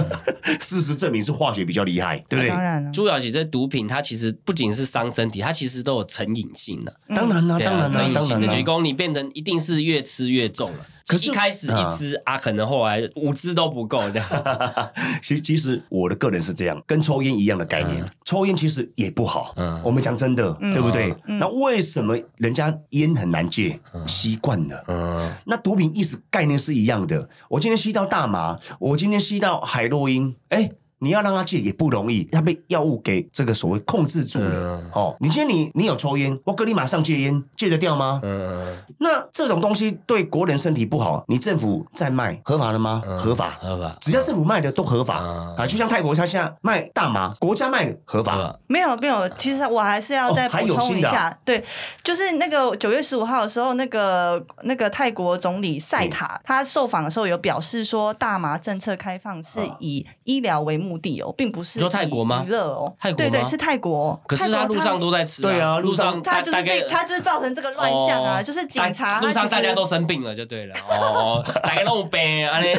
Speaker 2: 事实证明是化学比较厉害，对不对？
Speaker 1: 当然了，
Speaker 3: 朱小姐这毒品，它其实不仅是伤身体，它其实都有成瘾性的。
Speaker 2: 当然啦，
Speaker 3: 对
Speaker 2: 当
Speaker 3: 啊，
Speaker 2: 然
Speaker 3: 成
Speaker 2: 啦，
Speaker 3: 瘾
Speaker 2: 当
Speaker 3: 性
Speaker 2: 然
Speaker 3: 的
Speaker 2: 啦
Speaker 3: 就是。功，你变成一定是越吃越重了。
Speaker 2: 可是嗯
Speaker 3: 一开始一支啊，可能后来五支都不够 这样。
Speaker 2: 其实，其实我的个人是这样，跟抽烟一样的概念。抽烟其实也不好，
Speaker 3: 嗯
Speaker 2: 我们讲真的，对不对？那为什么人家烟很难戒？习惯了。
Speaker 3: 嗯
Speaker 2: 那毒品意思概念是一样的。我今天吸到大麻，我今天吸到海洛因，哎。你要让他戒也不容易，他被药物给这个所谓控制住了。
Speaker 3: 嗯
Speaker 2: 哦，你今天你你有抽烟，我哥你马上戒烟，戒得掉吗？
Speaker 3: 嗯，
Speaker 2: 那这种东西对国人身体不好，你政府在卖合法了吗？
Speaker 3: 嗯
Speaker 2: 合法，
Speaker 3: 好吧。
Speaker 2: 只要政府卖的都合法
Speaker 3: 啊
Speaker 2: 啊，就像泰国他现在卖大麻，国家卖的合 法。
Speaker 1: 没有没有，其实我还是要再
Speaker 2: 哦
Speaker 1: 补
Speaker 2: 还有
Speaker 1: 充
Speaker 2: 新
Speaker 1: 一
Speaker 2: 的啊
Speaker 1: 下，对，就是那个九月十五号的时候，那个那个泰国总理赛
Speaker 3: 嗯
Speaker 1: 塔、他受访的时候有表示说，大麻政策开放是以医疗为目的哦，并不是
Speaker 3: 啊你说泰国吗
Speaker 1: 以娱乐哦，
Speaker 3: 泰国
Speaker 1: 对对
Speaker 3: 吗
Speaker 1: 是泰国哦，
Speaker 3: 可是
Speaker 1: 泰
Speaker 3: 他
Speaker 1: 国
Speaker 3: 路上。都在吃啊，
Speaker 2: 对啊
Speaker 3: 路
Speaker 2: 路上
Speaker 3: 上
Speaker 1: 他
Speaker 3: 大
Speaker 1: 就是
Speaker 3: 大
Speaker 1: 这
Speaker 3: 概，
Speaker 1: 他就是造成这个乱象啊！
Speaker 3: 哦
Speaker 1: 就是警察
Speaker 3: 大路上
Speaker 1: 他
Speaker 3: 大
Speaker 1: 其实
Speaker 3: 家都生病了，就对了。哦，哦大家弄病啊，因为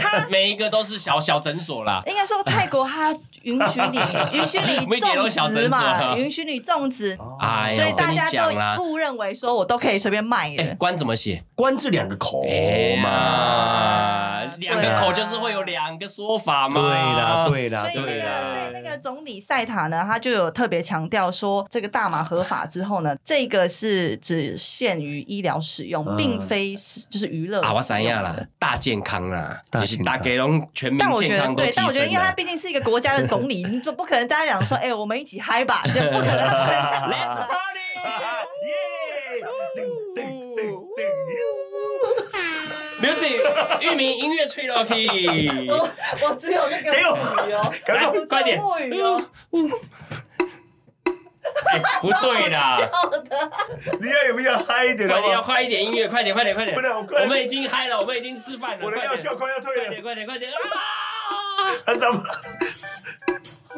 Speaker 1: 他
Speaker 3: 每一个都是小小诊所啦。
Speaker 1: 应该说泰国它允许你 允许你种植嘛，允许你种植，
Speaker 3: 啊哎
Speaker 1: 所
Speaker 3: 呀，
Speaker 1: 以
Speaker 3: 我跟
Speaker 1: 大
Speaker 3: 你
Speaker 1: 家
Speaker 3: 讲啦
Speaker 1: 都，误认为说我都可以随便卖
Speaker 3: 哎，
Speaker 1: 的。
Speaker 3: 关怎么写？哦
Speaker 2: 关这两个口嘛，
Speaker 3: 嘛，两
Speaker 1: 哎对
Speaker 3: 个
Speaker 1: 啊
Speaker 3: 口就是会有两个说法嘛。
Speaker 2: 对啦，
Speaker 3: 啊
Speaker 2: 对
Speaker 1: 所
Speaker 2: 啦
Speaker 1: 以，那
Speaker 2: 对
Speaker 1: 个，
Speaker 2: 啦。
Speaker 1: 所以那个总理赛塔呢，他就有特别强调说，这个大麻合法之后呢，这个是只限于医疗使用，
Speaker 2: 嗯
Speaker 1: 并非是就是娱乐
Speaker 3: 啊，我
Speaker 1: 使
Speaker 3: 怎
Speaker 1: 用
Speaker 3: 样啦？大健康啦，
Speaker 2: 大
Speaker 3: 就是
Speaker 2: 健康
Speaker 3: 大给拢全民
Speaker 1: 但我觉
Speaker 3: 健
Speaker 1: 得
Speaker 3: 康都
Speaker 1: 对
Speaker 3: 提，
Speaker 1: 但我觉得，
Speaker 3: 升
Speaker 1: 因为他
Speaker 3: 了。
Speaker 1: 毕竟是一个国家的总 理，你总不可能大家讲说，哎、我们一起嗨吧，这不可能。啊
Speaker 3: Let's
Speaker 2: 啊
Speaker 3: party！Music，玉米音乐吹到 k
Speaker 1: 我我只有那个
Speaker 2: 给我
Speaker 1: 木鱼哦，
Speaker 2: 给我
Speaker 1: 我只有
Speaker 3: 快点
Speaker 1: 木鱼
Speaker 2: 啊
Speaker 1: 哦，
Speaker 3: 哎，不对 啦，
Speaker 2: 你要有没有嗨一点
Speaker 3: 快点，要快一点音乐，快点，快点，快点！
Speaker 2: 不能我快点
Speaker 3: 们已经嗨了，我们已经吃饭了，快点，
Speaker 2: 快要
Speaker 3: 快点，，快点，快点啊！
Speaker 2: 那咱们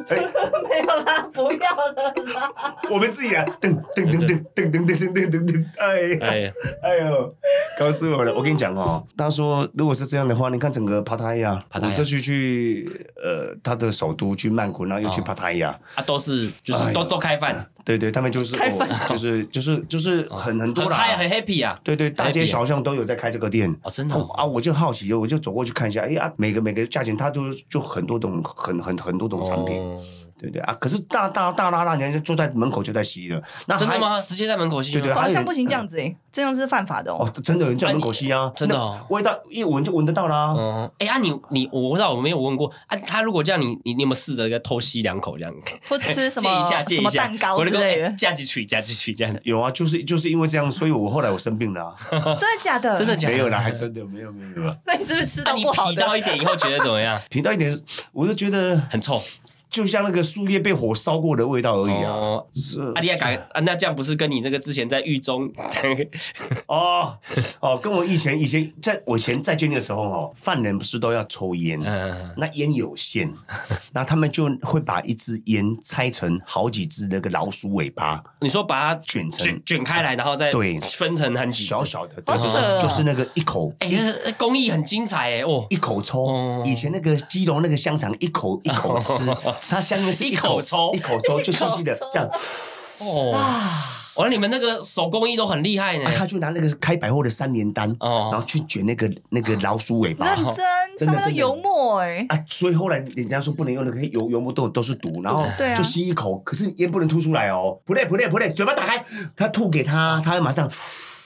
Speaker 1: 没有啦，不要了啦。
Speaker 2: 我们自己啊来，噔噔噔噔噔噔噔噔噔噔，哎
Speaker 3: 哎，
Speaker 2: 哎呦，搞死我了！我跟你讲哦，他说如果是这样的话，你看整个帕塔亚，
Speaker 3: 帕塔亚
Speaker 2: 我这次去呃他的首都去曼谷，然后又去
Speaker 3: 哦
Speaker 2: 帕塔亚，
Speaker 3: 啊，都是就
Speaker 2: 哎
Speaker 3: 是
Speaker 2: 呦
Speaker 3: 都都开饭，
Speaker 2: 对对，他们就是
Speaker 1: 开饭
Speaker 2: 哦就是就是就是很很多
Speaker 3: 很嗨，很
Speaker 2: 啦。
Speaker 3: happy 啊！
Speaker 2: 对对，大街
Speaker 3: happy 啊
Speaker 2: 小巷都有在开这个店
Speaker 3: 哦真的哦
Speaker 2: 啊！我就好奇，我就走过去看一下，哎呀，每个每个价钱，它都就很多种，很很很多种产品，
Speaker 3: 哦
Speaker 2: 对对啊。可是大大大拉拉，人家就坐在门口就在吸了，哦那
Speaker 3: 真的
Speaker 2: 还？
Speaker 3: 吗？直接在门口吸吗？
Speaker 2: 对对
Speaker 1: 好像不行这样子哎、这样是犯法的哦。
Speaker 2: 哦，真的有人在门口吸啊，
Speaker 3: 你真的哦
Speaker 2: 那味道一闻就闻得到啦。
Speaker 3: 哦，哎啊你，你我不知道我没有问过啊。他如果这样，你你你有没有试着给他偷吸两口这样？
Speaker 1: 或吃什么
Speaker 3: 借一下，借
Speaker 1: 什
Speaker 3: 一
Speaker 1: 么
Speaker 3: 下
Speaker 1: 蛋糕
Speaker 3: 我
Speaker 1: 之
Speaker 3: 就说
Speaker 1: 类
Speaker 3: 哎
Speaker 1: 的，
Speaker 3: 加几曲，加几曲这样。
Speaker 2: 有啊，就是就是因为这样，所以我后来我生病了啊、
Speaker 1: 真的假的？
Speaker 3: 真的假的
Speaker 2: 没有啦，还真的没有没有没有。
Speaker 1: 那你是不是吃
Speaker 3: 那、
Speaker 1: 到
Speaker 3: 你
Speaker 1: 不好
Speaker 3: 皮
Speaker 1: 的？
Speaker 3: 到一点以后觉得怎么样？
Speaker 2: 提到一点，我就觉得
Speaker 3: 很臭
Speaker 2: 就像那个树叶被火烧过的味道而已啊。
Speaker 3: 哦。
Speaker 2: 是
Speaker 3: 啊，你也敢啊？那这样不是跟你这个之前在狱中
Speaker 2: 哦哦，跟我以前以前在我以前在监狱的时候哦，犯人不是都要抽烟？
Speaker 3: 嗯
Speaker 2: 那烟有 限，那他们就会把一支烟拆成好几只那个老鼠尾巴
Speaker 3: 你说把它
Speaker 2: 卷成
Speaker 3: 卷卷开来，然后再
Speaker 2: 对
Speaker 3: 分成很几
Speaker 2: 小
Speaker 3: 小，
Speaker 2: 小的，
Speaker 1: 好
Speaker 2: 对，就是
Speaker 1: 扯哦
Speaker 2: 就是那个一口
Speaker 3: 哎、
Speaker 2: 一
Speaker 3: 这是工艺很精彩哎哦。
Speaker 2: 一口抽
Speaker 3: 哦，
Speaker 2: 以前那个基隆那个香肠一口一口吃，它香的是
Speaker 3: 一
Speaker 2: 一
Speaker 3: 口
Speaker 2: 口
Speaker 3: 抽
Speaker 2: 一口抽就细细的
Speaker 1: 一口抽
Speaker 2: 这样，啊
Speaker 3: 哦，完了，你们那个手工艺都很厉害呢
Speaker 2: 啊。他就拿那个开百货的三连单，
Speaker 3: 哎哦
Speaker 2: 然后去卷那个那个老鼠尾巴
Speaker 1: 认真，
Speaker 2: 真
Speaker 1: 上
Speaker 2: 的
Speaker 1: 面都
Speaker 2: 真的
Speaker 1: 油墨哎、
Speaker 2: 啊，所以后来人家说不能用那个油油墨都都是毒，然后
Speaker 1: 对啊
Speaker 2: 就吸一口，可是烟不能吐出来哦，不对不对不对，嘴巴打开，他吐给他，他马上。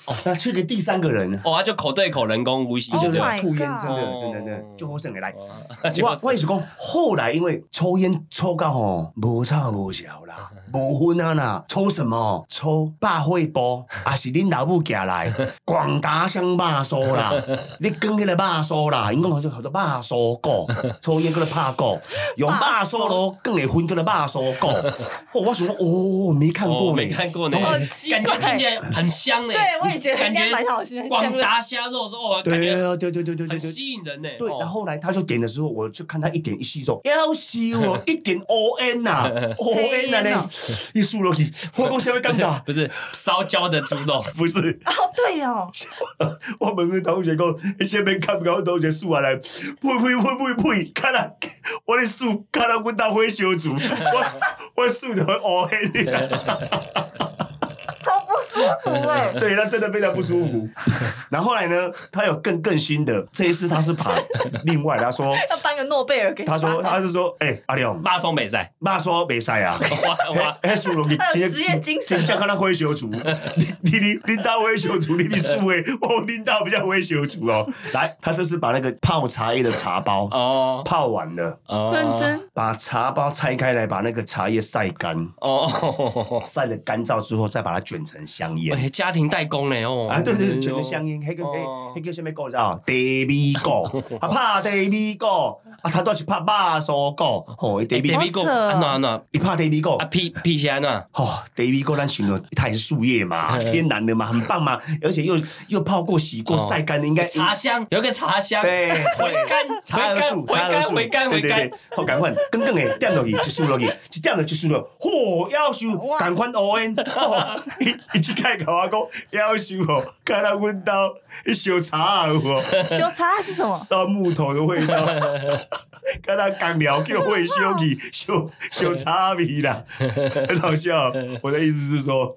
Speaker 2: 哦，那这个第三个人呢？
Speaker 3: 哦，他就口对口人工呼吸，
Speaker 1: Oh
Speaker 3: 对
Speaker 2: 就
Speaker 3: 不
Speaker 2: 是
Speaker 1: my
Speaker 3: 对？
Speaker 2: 吐烟，真的
Speaker 3: 哦
Speaker 2: 真的真的就好胜的来。
Speaker 3: 哇哦 就
Speaker 2: 我我意思讲，后来因为抽烟抽到吼，无吵无小 啦，无分啊啦，抽什么？抽百惠波，还是恁老母寄 来广达香肉酥啦？你讲迄个肉酥啦，因讲好像好多肉酥 果，抽烟叫做怕果，用肉酥咯，更会分叫做肉酥 果。哦，我想说，哦，没看
Speaker 3: 哦
Speaker 2: 过
Speaker 3: 没
Speaker 2: 嘞，
Speaker 3: 看过呢
Speaker 1: 好奇，怪
Speaker 3: 感觉听起来很香呢。欸
Speaker 1: 对我也觉得
Speaker 3: 感
Speaker 1: 应
Speaker 3: 觉
Speaker 1: 该蛮好吃很香的
Speaker 3: 广达虾肉说，哦，感觉
Speaker 2: 对对对对对对
Speaker 3: 很
Speaker 2: 对。
Speaker 3: 吸引人呢。
Speaker 2: 对，
Speaker 3: 哦
Speaker 2: 然后来他就点的时候，我就看他一点一吸说，要死我一点 O N 呐，O
Speaker 1: 黑
Speaker 2: N 呐
Speaker 1: 烟
Speaker 2: 呢
Speaker 1: 哦，
Speaker 2: 一输落去，我讲什么尴 尬？
Speaker 3: 不是烧焦的猪肉，
Speaker 2: 不是，
Speaker 1: 哦，对哦，
Speaker 2: 我们的同学讲，下面看不到同学输下来，呸呸呸呸呸，看到我的输，看到阮大灰小组，我我输的 O N
Speaker 1: 超不舒服哎、
Speaker 2: 对他真的非常不舒服。然后后来呢，他有更更新的，这一次他是爬，另外他说，
Speaker 1: 要颁个诺贝尔给
Speaker 2: 他说他
Speaker 1: 他
Speaker 2: 是说，哎、阿亮，
Speaker 3: 马松北赛，
Speaker 2: 妈说没赛啊。
Speaker 3: 哇哇，
Speaker 2: 哎，输落去，
Speaker 1: 他有
Speaker 2: 真
Speaker 1: 实验精神
Speaker 2: 真正跟他挥小厨，你你你你大挥小厨，你你输诶，我领导比较挥小厨哦。来，他这次把那个泡茶叶的茶包
Speaker 3: 어.哦
Speaker 2: 泡完了，
Speaker 3: 哦，
Speaker 1: 认真
Speaker 2: 把茶包拆开来，把那个茶叶晒干，
Speaker 3: 哦，
Speaker 2: 晒的干燥之后，再把它卷成香烟。
Speaker 3: 哎，家庭代工呢哦，
Speaker 2: 啊，对对，对卷成香烟，那个
Speaker 3: 哦
Speaker 2: 那个什么果叫 d a v i 果，啊，拍 d a v i 果，啊，他都是拍马苏果，吼 d a
Speaker 3: 아,
Speaker 2: v i
Speaker 1: 好扯嗯哦
Speaker 3: 安暖安暖
Speaker 2: 一拍 d a v i 果
Speaker 3: 啊，屁屁是安暖，
Speaker 2: 哦，David g o 咱形容它也是树叶嘛，
Speaker 3: 嗯
Speaker 2: 天然的嘛，很棒嘛，而且又又泡过、洗过、
Speaker 3: 哦
Speaker 2: 晒干的，应该
Speaker 3: 茶香有一个茶香，
Speaker 2: 对
Speaker 3: 回
Speaker 2: 对。
Speaker 3: 甘
Speaker 2: 茶
Speaker 3: 回
Speaker 2: 和
Speaker 3: 甘
Speaker 2: 树，
Speaker 3: 回
Speaker 2: 茶和
Speaker 3: 甘
Speaker 2: 树，
Speaker 3: 回甘
Speaker 2: 对
Speaker 3: 回
Speaker 2: 对
Speaker 3: 甘
Speaker 2: 对，，好，赶快，跟跟诶，点落去，一输落去，一点落去输落去，嚯，夭寿，
Speaker 1: 哇
Speaker 2: 赶快乌烟，哦一一直开甲我讲，夭寿哦，看到阮兜迄小茶有哦，
Speaker 1: 修茶是 什么？
Speaker 2: 烧木头的味 道，看到干苗就会修理修修差皮啦，很好笑。我的意思是 说，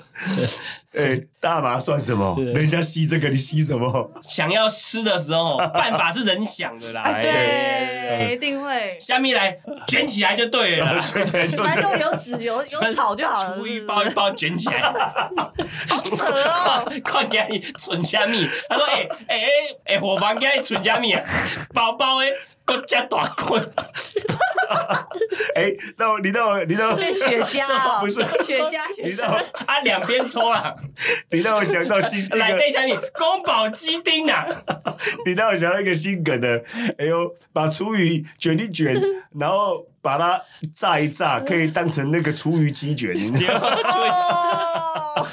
Speaker 2: 哎、大麻算什么？人家吸这个，你吸 什么？
Speaker 3: 想要吃的时候，办法是人想的啦，
Speaker 1: 啊，
Speaker 3: 哎
Speaker 1: 对，一定 会。
Speaker 3: 虾米来卷起来就对了啦，
Speaker 2: 吹起来就
Speaker 1: 反正都有纸有有草就好了，
Speaker 3: 出一
Speaker 1: 是不
Speaker 3: 包一
Speaker 1: 是
Speaker 3: 包卷起来，
Speaker 1: 好 扯 哦！
Speaker 3: 看看家里存虾米，他说哎哎哎哎，伙房家里存虾米啊，包包诶，国家大棍，
Speaker 2: 哎、那我你让我你让我
Speaker 1: 变雪茄哦，
Speaker 2: 不是
Speaker 1: 雪 茄，
Speaker 2: 你
Speaker 1: 雪
Speaker 2: 让
Speaker 1: 茄
Speaker 2: 我
Speaker 3: 啊两边抽啦，
Speaker 2: 你让我想到 新那
Speaker 3: 来
Speaker 2: 个
Speaker 3: 内虾米，宫保鸡丁啊，
Speaker 2: 你让我想到一个新梗的，哎呦，把厨余卷 一卷，然后把它炸一炸，可以当成那个厨余鸡卷，你知道吗
Speaker 1: 哦，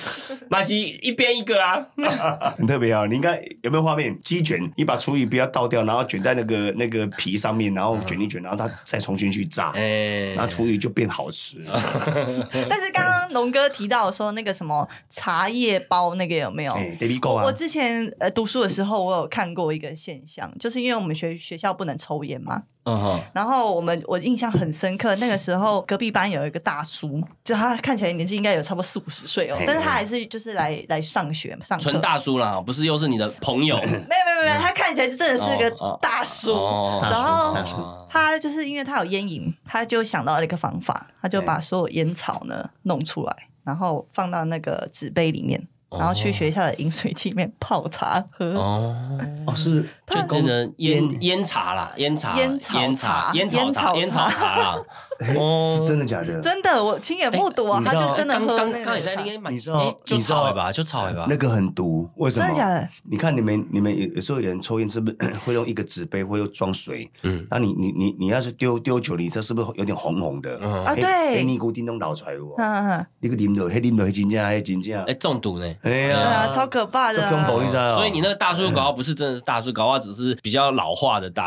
Speaker 3: 马西一边一个啊，
Speaker 2: 很特别啊！你应该有没有画面？鸡卷，你把厨余不要倒掉，然后卷在那个那个皮上面，然后卷一卷，然后它再重新去炸，
Speaker 3: 哎
Speaker 2: 然后厨余就变好吃。
Speaker 1: 但是刚刚龙哥提到说那个什么茶叶包那个有没有？
Speaker 2: 哎，David Go
Speaker 1: 我
Speaker 2: 啊，
Speaker 1: 之前呃读书的时候，我有看过一个现象，就是因为我们学学校不能抽烟嘛，
Speaker 3: 嗯哼，
Speaker 1: 然后我们我印象很深刻，那个时候隔壁班有一个大叔，就他看起来年纪应该有差不多四五十岁哦
Speaker 2: 嘿，
Speaker 1: 但是他还是就是来来上学上课
Speaker 3: 纯。大叔啦，不是又是你的朋友
Speaker 1: 没有没有没有，他看起来就真的是
Speaker 3: 哦哦
Speaker 1: 个大叔。
Speaker 3: 哦
Speaker 1: 然
Speaker 2: 大
Speaker 1: 后
Speaker 2: 叔
Speaker 1: 他就是因为他有烟瘾，他就想到了一个方法，他就把所有烟草呢弄出来，然后放到那个纸杯里面，然后去学校的饮水机里面泡茶喝。
Speaker 3: 哦，
Speaker 2: 哦是
Speaker 3: 就变成烟烟茶啦，烟茶
Speaker 1: 烟草
Speaker 3: 烟茶
Speaker 1: 茶
Speaker 3: 烟草茶烟
Speaker 1: 烟
Speaker 3: 草
Speaker 1: 草
Speaker 3: 茶 啦，
Speaker 2: 是
Speaker 3: 哦。
Speaker 2: 真的假的？
Speaker 1: 真的，我亲眼目睹啊
Speaker 2: 哎，你
Speaker 1: 他
Speaker 2: 知道
Speaker 1: 就真的
Speaker 3: 刚
Speaker 1: 喝
Speaker 3: 刚
Speaker 1: 那
Speaker 3: 刚也在那
Speaker 1: 个
Speaker 3: 边买，
Speaker 2: 你知道
Speaker 3: 哎就
Speaker 2: 你知道
Speaker 3: 炒尾吧，就炒尾吧
Speaker 2: 那。个很毒，为什么？
Speaker 1: 真的假啊的？
Speaker 2: 你看你们你们有有时候有人抽烟，是不是会用一个纸杯，会用装水？
Speaker 3: 嗯
Speaker 2: 那你你你你要是丢丢酒，你这是不是有点红红的？
Speaker 3: 嗯
Speaker 1: 啊
Speaker 2: 黑
Speaker 1: 对
Speaker 2: 黑尼古丁拢流出来有无
Speaker 1: 嗯？嗯嗯，
Speaker 2: 哦你个啉落，迄啉落，迄真正，迄真正
Speaker 3: 哎，，中毒呢？
Speaker 2: 哎
Speaker 1: 对
Speaker 2: 呀，
Speaker 1: 啊，超可怕的
Speaker 2: 做
Speaker 1: 啊。
Speaker 2: 恐怖你知道哦
Speaker 3: 所以你那个大叔搞不好不是真的是大叔，搞不好只是比较老化的大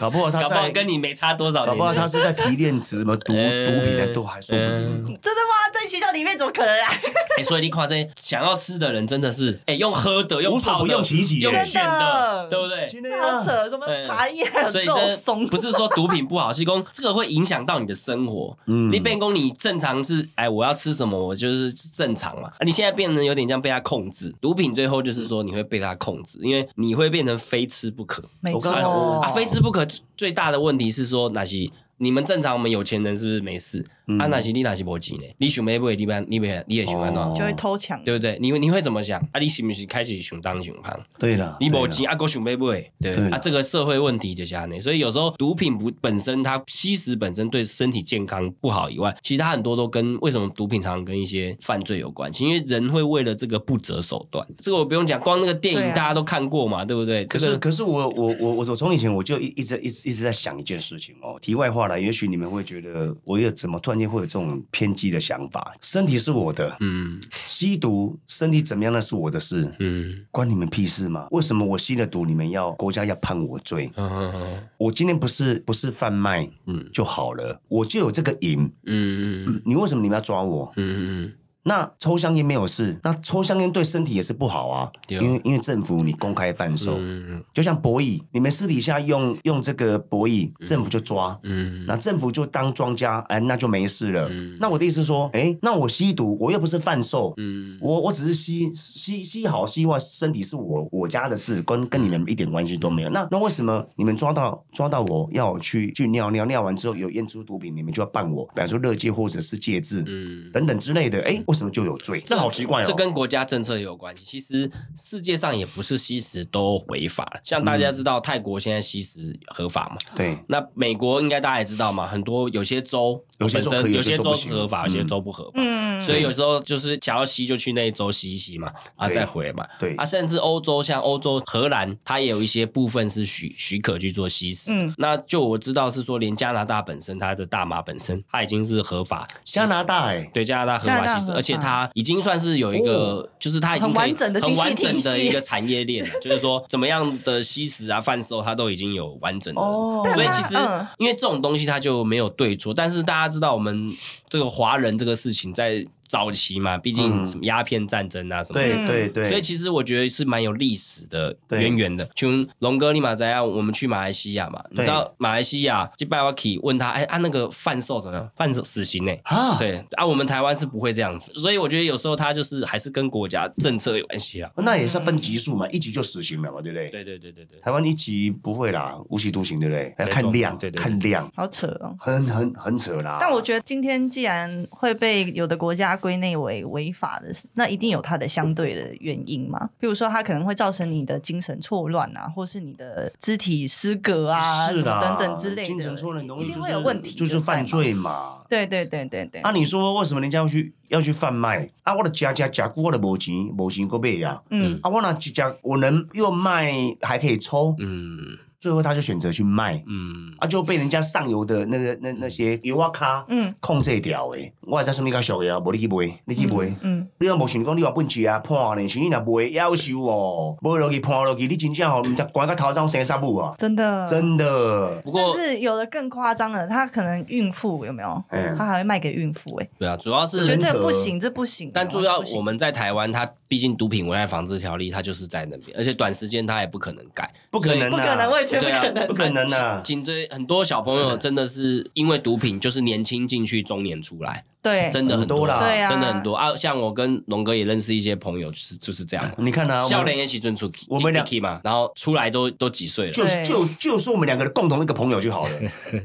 Speaker 2: 搞不好他
Speaker 3: 搞不好
Speaker 2: 在
Speaker 3: 跟你没差多少
Speaker 2: 搞
Speaker 3: 啊年。
Speaker 2: 不好他是在提炼什么 毒
Speaker 3: 呃
Speaker 2: 毒品的都还说不定。
Speaker 1: 真的吗？在学校里面怎么可能啊？
Speaker 3: 哎，所以你看这想要吃的人真的是，哎，用喝的，用
Speaker 2: 无所
Speaker 3: 泡
Speaker 2: 不
Speaker 3: 的
Speaker 2: 用其极
Speaker 3: 用
Speaker 2: 耶
Speaker 3: 选的，对不对？
Speaker 2: 啊
Speaker 1: 这好扯，什么茶叶还有
Speaker 3: 啊所以
Speaker 1: 肉
Speaker 3: 这
Speaker 1: 松，
Speaker 3: 不是说毒品不好，是讲这个会影响到你的生活。
Speaker 2: 嗯
Speaker 3: 你变工你正常是哎，我要吃什么我就是正常嘛。啊你现在变成有点像被它控制，毒品最后就是说你会被它控制，因为你会变成非吃不可。 啊
Speaker 1: 没
Speaker 2: 我
Speaker 1: 错哦
Speaker 2: 刚才我
Speaker 3: 啊，非吃不可最大的问题是说那些你们正常我们有钱人是不是没事？
Speaker 2: 嗯
Speaker 3: 啊，那是你那是没钱呢？你想买不会，你办你买你也想办
Speaker 2: 哦
Speaker 3: 喏，
Speaker 1: 就会偷抢。
Speaker 3: 对不对？你你会怎么想？啊，你是不是开始想当想胖？
Speaker 2: 对了，
Speaker 3: 你
Speaker 2: 对
Speaker 3: 没
Speaker 2: 了
Speaker 3: 钱啊，够想买不会？对
Speaker 2: 对
Speaker 3: 啊
Speaker 2: 了，
Speaker 3: 这个社会问题就是安尼，所以有时候毒品不本身它吸食本身对身体健康不好以外，其他很多都跟为什么毒品常常跟一些犯罪有关系，因为人会为了这个不择手段。这个我不用讲，光那个电影
Speaker 1: 对啊
Speaker 3: 大家都看过嘛，对不对？
Speaker 2: 可
Speaker 3: 这
Speaker 2: 是，
Speaker 3: 个
Speaker 2: 可是我我我我我从以前我就一一直一直一直在想一件事情哦。题外话了，也许你们会觉得我有怎么突然间会有这种偏激的想法？身体是我 的，
Speaker 3: 嗯
Speaker 2: 吸毒身体怎么样那是我的事，
Speaker 3: 嗯
Speaker 2: 关你们屁事吗？为什么我吸了毒，你们要国家要判我罪？
Speaker 3: 嗯嗯
Speaker 2: 我今天不是不是贩卖
Speaker 3: 嗯
Speaker 2: 就好了，我就有这个瘾，
Speaker 3: 嗯嗯
Speaker 2: 你为什么你们要抓我？
Speaker 3: 嗯嗯，
Speaker 2: 那抽香烟没有事，那抽香烟对身体也是不好啊，
Speaker 3: 对
Speaker 2: 因
Speaker 3: 啊
Speaker 2: 为因为政府你公开贩售，
Speaker 3: 嗯
Speaker 2: 就像博弈，你们私底下用用这个博弈，政府就抓，
Speaker 3: 嗯
Speaker 2: 那政府就当庄家，哎，那就没事了。
Speaker 3: 嗯
Speaker 2: 那我的意思是说，哎，那我吸毒，我又不是贩售，
Speaker 3: 嗯
Speaker 2: 我我只是吸吸吸好吸坏，身体是我我家的事，跟跟你们一点关系都没有。那那为什么你们抓到抓到我要我去去尿尿，尿完之后有验出毒品，你们就要办我，比方说乐戒或者是戒治、
Speaker 3: 嗯。
Speaker 2: 等等之类的，哎，为什么就有罪？这好奇怪哦。
Speaker 3: 这跟国家政策也有关系。其实世界上也不是吸食都违法，像大家知
Speaker 2: 嗯
Speaker 3: 道泰国现在吸食合法嘛，
Speaker 2: 对
Speaker 3: 那美国应该大家也知道嘛，很多有些州
Speaker 2: 有些州
Speaker 3: 本身
Speaker 2: 可以
Speaker 3: 有
Speaker 2: 有些州
Speaker 3: 州
Speaker 2: 不
Speaker 3: 是
Speaker 2: 行
Speaker 3: 合法，有些
Speaker 2: 嗯
Speaker 3: 州不合法。
Speaker 1: 嗯，
Speaker 3: 所以有时候就是想要吸就去那一州吸一吸嘛，啊
Speaker 2: 对
Speaker 3: 再回来嘛，
Speaker 2: 对
Speaker 3: 啊，甚至欧洲像欧洲荷兰，它也有一些部分是许许可去做吸食。
Speaker 1: 嗯
Speaker 3: 那就我知道是说，连加拿大本身它的大麻本身它已经是合法吸
Speaker 2: 加
Speaker 3: 食
Speaker 2: 拿大哎、
Speaker 3: 对加拿大合
Speaker 1: 加
Speaker 3: 法
Speaker 1: 拿大
Speaker 3: 吸食，
Speaker 1: 合
Speaker 3: 而且
Speaker 1: 法
Speaker 3: 它已经算是有一个，就是它已经
Speaker 1: 很
Speaker 3: 可以
Speaker 1: 完整的
Speaker 3: 很
Speaker 1: 经济
Speaker 3: 完整
Speaker 1: 体
Speaker 3: 的
Speaker 1: 系
Speaker 3: 一个产业链了，就是说怎么样的吸食啊、贩售，它都已经有完整的。
Speaker 2: 哦
Speaker 3: 所以
Speaker 1: 但它
Speaker 3: 其实
Speaker 1: 嗯
Speaker 3: 因为这种东西它就没有对错，但是大家知道我们这个华人这个事情在早期嘛，毕竟
Speaker 2: 嗯
Speaker 3: 什么鸦片战争啊什么的。
Speaker 2: 对对对，
Speaker 3: 所以其实我觉得是蛮有历史的
Speaker 2: 对
Speaker 3: 渊源的。像龙哥立马怎样？我们去马来西亚嘛，你知道马来西亚去拜瓦基问他，哎，按、那个贩售怎么样？贩售死刑呢、
Speaker 2: 啊，
Speaker 3: 对啊，我们台湾是不会这样子，所以我觉得有时候它就是还是跟国家政策有关系啊。
Speaker 2: 哦那也是
Speaker 1: 嗯
Speaker 2: 分级数嘛，一级就死刑了嘛，对不对？
Speaker 3: 对对对对对，
Speaker 2: 台湾一级不会啦，无期徒刑，对不对？要
Speaker 3: 错
Speaker 2: 看量，
Speaker 3: 对对对
Speaker 2: 看量，
Speaker 1: 好扯哦。
Speaker 2: 很很很扯啦。
Speaker 1: 但我觉得今天既然会被有的国家归类为违法的，那一定有它的相对的原因嘛。比如说，它可能会造成你的精神错乱啊，或是你的肢体失格啊，
Speaker 2: 是
Speaker 1: 什么
Speaker 2: 啦，
Speaker 1: 等等之类的，
Speaker 2: 精神错乱容易
Speaker 1: 一定
Speaker 2: 就是
Speaker 1: 会有问题，
Speaker 2: 就是犯。罪嘛。
Speaker 1: 对对对对对，
Speaker 2: 啊，你说为什么人家要去要去贩卖？啊，我的家家家我的没钱，没钱够背呀。
Speaker 1: 嗯，
Speaker 2: 啊，我那家我能又卖还可以抽，
Speaker 3: 嗯
Speaker 2: 最后他就选择去卖，
Speaker 3: 嗯，
Speaker 2: 啊，就被人家上游的那个那那些油啊卡，
Speaker 1: 嗯，
Speaker 2: 控制掉的。我也知说你较俗的啊，无你去卖，你去卖。
Speaker 1: 嗯，
Speaker 2: 你若无想讲，你话本钱啊判呢，像你若袂夭寿哦，无落去判落去，你真正吼，毋知关到头上生啥物啊！
Speaker 1: 真的，
Speaker 2: 真的，
Speaker 3: 不
Speaker 1: 甚
Speaker 3: 过
Speaker 1: 至有的更夸张的，他可能孕妇有没有？
Speaker 3: 哎
Speaker 2: 嗯
Speaker 1: 他还会卖给孕妇，哎，
Speaker 3: 对啊，主要
Speaker 1: 我觉得
Speaker 3: 是。
Speaker 1: 这不行，这不行。哦
Speaker 3: 但主要
Speaker 1: 不行
Speaker 3: 我们在台湾，它毕竟毒品危害防治条例，它就是在那边，而且短时间它也不可能改，
Speaker 2: 不可能、啊，
Speaker 1: 不可能，我也觉得
Speaker 3: 对
Speaker 1: 不可能。
Speaker 2: 可
Speaker 3: 啊，
Speaker 2: 能啊
Speaker 3: 颈椎很多小朋友真的是因为毒品，就是年轻进去，中年出来，
Speaker 1: 对，
Speaker 3: 真的很
Speaker 2: 很多啦
Speaker 1: 对啊
Speaker 3: 真的很多啊。像我跟龙哥也认识一些朋友，就是就是 这样。
Speaker 2: 你看啊，我
Speaker 3: 笑脸
Speaker 2: 们
Speaker 3: 也起尊出，
Speaker 2: 我们俩
Speaker 3: 进 Nicky 嘛，然后出来都都几岁了，
Speaker 2: 就
Speaker 1: 对
Speaker 2: 就就是我们两个的共同一个朋友就好 了，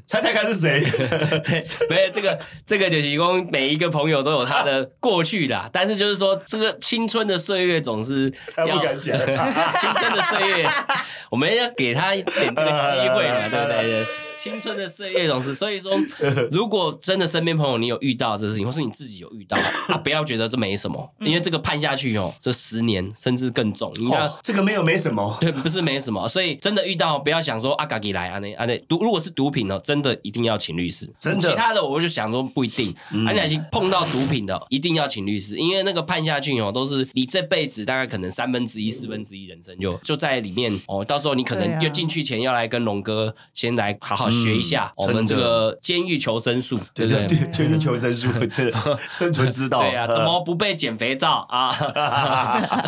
Speaker 2: 猜猜看是谁？
Speaker 3: 没有这个这个就是说每一个朋友都有他的过去啦，但是就是说这个青春的岁月总是
Speaker 2: 他
Speaker 3: 要
Speaker 2: 不敢讲
Speaker 3: 青春的岁月，我们要给他一点这个机会
Speaker 2: 啊
Speaker 3: 嘛，对不对？青春的岁月总是，所以说，如果真的身边朋友你有遇到这事情，或是你自己有遇到，啊，不要觉得这没什么，因为这个判下去哦，这十年甚至更重，你要
Speaker 2: 哦，这个没有没什么，
Speaker 3: 对，不是没什么，所以真的遇到不要想说啊，嘎给来啊那啊那毒，如果是毒品呢，真的一定要请律师。
Speaker 2: 真的
Speaker 3: 其他的我就想说不一定，而且、嗯、碰到毒品的一定要请律师，因为那个判下去哦，都是你这辈子大概可能三分之一、四分之一人生就就在里面哦。到时候你可
Speaker 1: 对啊
Speaker 3: 能要进去前要来跟龙哥先来好好学一
Speaker 2: 嗯
Speaker 3: 下、我们这
Speaker 2: 真的
Speaker 3: 个监狱求生术，对
Speaker 2: 对
Speaker 3: 不对
Speaker 2: 对？对，就是求生 术，这生存之道。
Speaker 3: 对呀、啊，怎么不被减肥皂啊？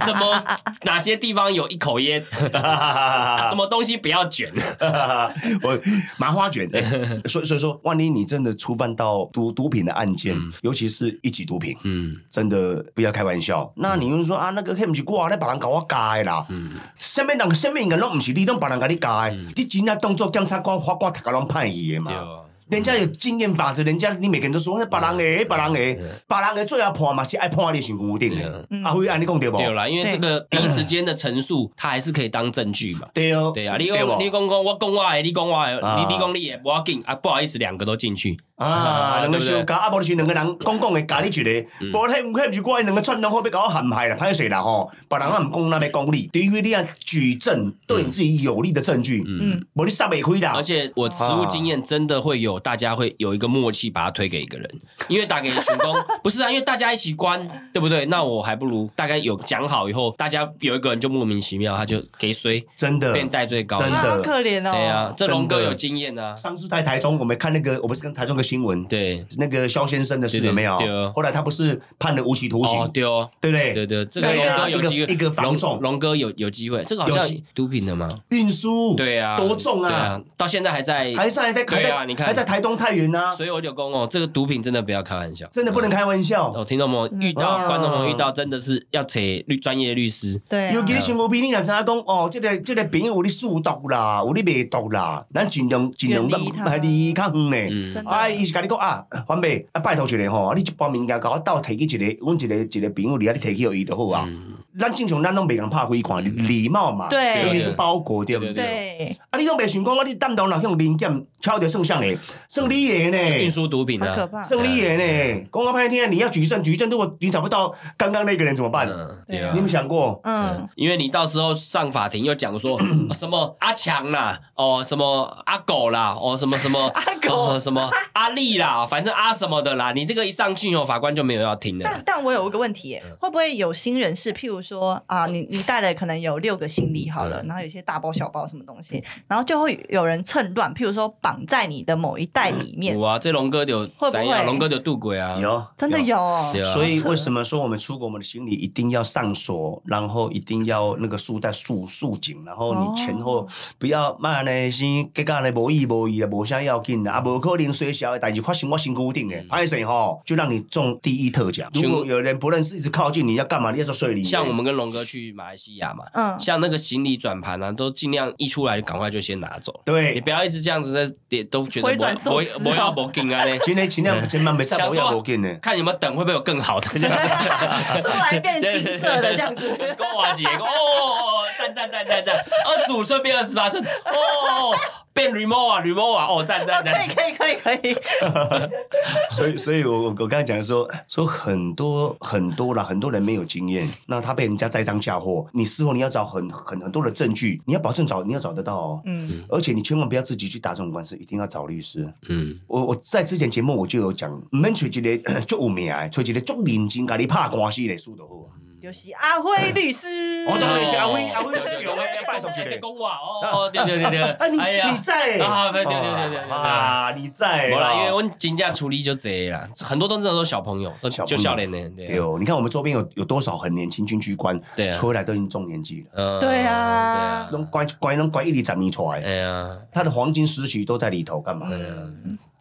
Speaker 3: 怎么哪些地方有一 口烟？什么东西不要卷？
Speaker 2: 我麻花卷， 哎所以所以说，万一你真的触犯到毒毒品的案件，尤其是一级毒品，
Speaker 3: 嗯
Speaker 2: 真的不要开玩笑。那你又说啊，那个迄毋是我，你别人甲我教的啦。
Speaker 3: 嗯
Speaker 2: 什么人、什么人拢毋是你，拢别人甲你教的。你真正当做检察官、法官，大家拢判伊的嘛。
Speaker 3: 对，哦
Speaker 2: 人家有经验法则，人家你每个人都说那别人
Speaker 3: 嗯
Speaker 2: 诶，别人诶，别人诶，最后判嘛是爱判你身躯顶的。阿辉，安尼讲对不？
Speaker 3: 嗯对啦，因为这个彼此间的陈述， 它还是可以当证据嘛。
Speaker 2: 对哦，
Speaker 3: 对啊，你
Speaker 2: 对
Speaker 3: 讲
Speaker 2: 不
Speaker 3: 你讲讲我讲我的，你讲我的，
Speaker 2: 啊
Speaker 3: 你你讲你的，我进啊，不好意思，两个都进去。
Speaker 2: 啊， 两个
Speaker 3: 对不对嗯
Speaker 2: 相加，啊，无就是两个人讲讲的，加你一个，无迄迄毋是我，两个串通好要甲我陷害啦，歹势啦吼，别人啊毋讲，咱要讲你，除非你啊举证，对你自己有利的证据，
Speaker 1: 嗯，
Speaker 2: 无你杀袂开啦
Speaker 3: 而。且我实务经验真的会有，大家会有一个默契，把它推给一个人，因为打给群工 不是啊，因为大家一起关，对不对？那我还不如大概有讲好以后，大家有一个人就莫名其妙，他就给衰
Speaker 2: 真的，
Speaker 3: 变带最高，
Speaker 2: 呃真的
Speaker 1: 啊好可怜哦。
Speaker 3: 对啊，这龙哥
Speaker 2: 真的
Speaker 3: 有经验啊，
Speaker 2: 上次在台中，我们看那个，我们是跟台中的新闻，
Speaker 3: 对，
Speaker 2: 那个肖先生的事
Speaker 3: 对对
Speaker 2: 有没有
Speaker 3: 对哦？
Speaker 2: 后来他不是判了无期徒
Speaker 3: 哦
Speaker 2: 刑，
Speaker 3: 对哦，
Speaker 2: 对不
Speaker 3: 对
Speaker 2: 对？
Speaker 3: 对，这个
Speaker 2: 对
Speaker 3: 龙
Speaker 2: 啊
Speaker 3: 哥有
Speaker 2: 一个
Speaker 3: 机会，
Speaker 2: 一个防
Speaker 3: 龙
Speaker 2: 重
Speaker 3: 龙哥有有机会，这个好像
Speaker 2: 有机
Speaker 3: 毒品的嘛，
Speaker 2: 运输，
Speaker 3: 对啊，
Speaker 2: 多重
Speaker 3: 对
Speaker 2: 啊？
Speaker 3: 啊，到现在还在，
Speaker 2: 还在还在还
Speaker 3: 对啊你
Speaker 2: 在
Speaker 3: 看
Speaker 2: 还在台东太原啊，
Speaker 3: 所以我就讲哦，这个毒品真的不要开玩笑，
Speaker 2: 真的不能开玩笑。
Speaker 3: 哦，听众朋友遇到、
Speaker 2: 啊
Speaker 3: 观众朋友遇到，真的是要找律专业律师。
Speaker 1: 对啊，
Speaker 2: 尤
Speaker 3: 嗯
Speaker 2: 其你身躯边，你若知影讲哦，即、个即、个朋友有你数毒啦，有你未毒啦，咱尽量尽量
Speaker 1: 远离他
Speaker 2: 还离较远咧。
Speaker 3: 嗯
Speaker 1: 真的
Speaker 2: 啊，伊是甲你讲啊，反妹啊，拜托一个吼，你一包物件甲我斗提去一个，阮一个一个朋友里啊，你提去互伊就好啊。
Speaker 3: 嗯
Speaker 2: 咱正常咱拢袂共拍开看，礼貌嘛，
Speaker 1: 对
Speaker 2: 尤其是包裹对毋
Speaker 3: 对
Speaker 2: 对？
Speaker 1: 对，
Speaker 2: 啊，你拢袂想讲啊，你担当若向零件敲着算啥诶，算你诶
Speaker 3: 运
Speaker 2: 呢？
Speaker 3: 输毒品
Speaker 1: 好可
Speaker 3: 啊，
Speaker 1: 怕。
Speaker 2: 算你诶呢？讲啊半天，你要举证，举证，如果你找不到刚刚那个人怎么办？
Speaker 3: 嗯，
Speaker 1: 对
Speaker 3: 对
Speaker 1: 啊
Speaker 3: 啊
Speaker 2: 你有没有。想过？
Speaker 1: 嗯，
Speaker 3: 因为你到时候上法庭又讲 说哦什么阿强啦，哦什么阿狗啦，哦什么什么
Speaker 1: 阿狗
Speaker 3: 哦什么阿力啦，反正阿什么的啦，你这个一上去哦，法官就没有要听的啦
Speaker 1: 但。但我有一个问题耶，
Speaker 3: 嗯
Speaker 1: 会不会有新人士，譬如说啊，你你带的可能有六个行李好
Speaker 3: 嗯
Speaker 1: 了，然后有些大包小包什么东西，然后就会有人趁乱，譬如说绑在你的某一袋里面
Speaker 3: 有，啊，这龙哥有
Speaker 1: 会不
Speaker 3: 怎
Speaker 1: 会
Speaker 3: 样？龙哥有渡鬼啊，
Speaker 2: 有，
Speaker 1: 真的有哦。
Speaker 3: 对啊，
Speaker 2: 所以为什么说我们出国，我们的行李一定要上锁，然后一定要那个束带束束紧，然后
Speaker 1: 哦
Speaker 2: 你前后不要慢呢，先结果呢无意无意啊，无啥要紧啊，啊无可能衰小的代志发生我身躯顶的，哎谁吼，就让你中第一特奖。如果有人不认识，一直靠近你要干嘛？你要做睡你。
Speaker 3: 像我们跟龙哥去马来西亚嘛，
Speaker 1: 嗯，
Speaker 3: 像那个行李转盘啊，都尽量一出来就赶快就先拿走。你
Speaker 2: 对，
Speaker 3: 不要一直这样子在点都觉得
Speaker 1: 回转寿
Speaker 3: 不
Speaker 1: 司哦
Speaker 3: 不要不紧啊嘞，
Speaker 2: 今天尽量千万别上不要无紧呢。
Speaker 3: 看有没有等会不会有更好 的。这样子
Speaker 1: 出来变金色的这样 子，
Speaker 3: 跟我姐哦哦，哦赞赞赞赞赞，二十五寸变二十八寸，哦，变 remote 啊 remote 啊，哦赞赞
Speaker 1: 可以
Speaker 3: 赞，
Speaker 1: 可以可以可以，
Speaker 2: 所以，所以我我我刚才讲的说，哎说很多很多啦，很多人没有经验，那他被人家栽赃嫁祸，你事后你要找很很很多的证据，你要保证找你要找得到哦，
Speaker 1: 嗯
Speaker 2: 而且你千万不要自己去打这种官司，一定要找律师。
Speaker 3: 嗯，
Speaker 2: 我我在之前节目我就有讲，唔免找一个 足有名的，找一个足认真甲你拍官司的输就好啊。
Speaker 1: 嗯有是阿辉律师，
Speaker 2: 我当然是阿辉
Speaker 3: 哦
Speaker 2: 阿辉最强的拜托一个
Speaker 3: 公我哦，哦对对对对，
Speaker 2: 啊，你、
Speaker 3: 哎呀
Speaker 2: 你在、
Speaker 3: 啊对对对对对对
Speaker 2: 啊，你在啊
Speaker 3: 没啦，因为我们金价处理就这啦，很多都真的都是小朋友，都
Speaker 2: 小朋
Speaker 3: 就
Speaker 2: 友
Speaker 3: 笑脸的，
Speaker 2: 对
Speaker 3: 对啊
Speaker 2: 哦，你看我们周边有有多少很年轻军区官，
Speaker 3: 对啊
Speaker 2: 出来都已经中年纪了，
Speaker 3: 嗯
Speaker 1: 对啊
Speaker 3: 对
Speaker 2: 拢
Speaker 3: 啊，
Speaker 2: 乖乖拢乖一里长年出来。
Speaker 3: 哎呀。
Speaker 2: 他的黄金时期都在里头干嘛？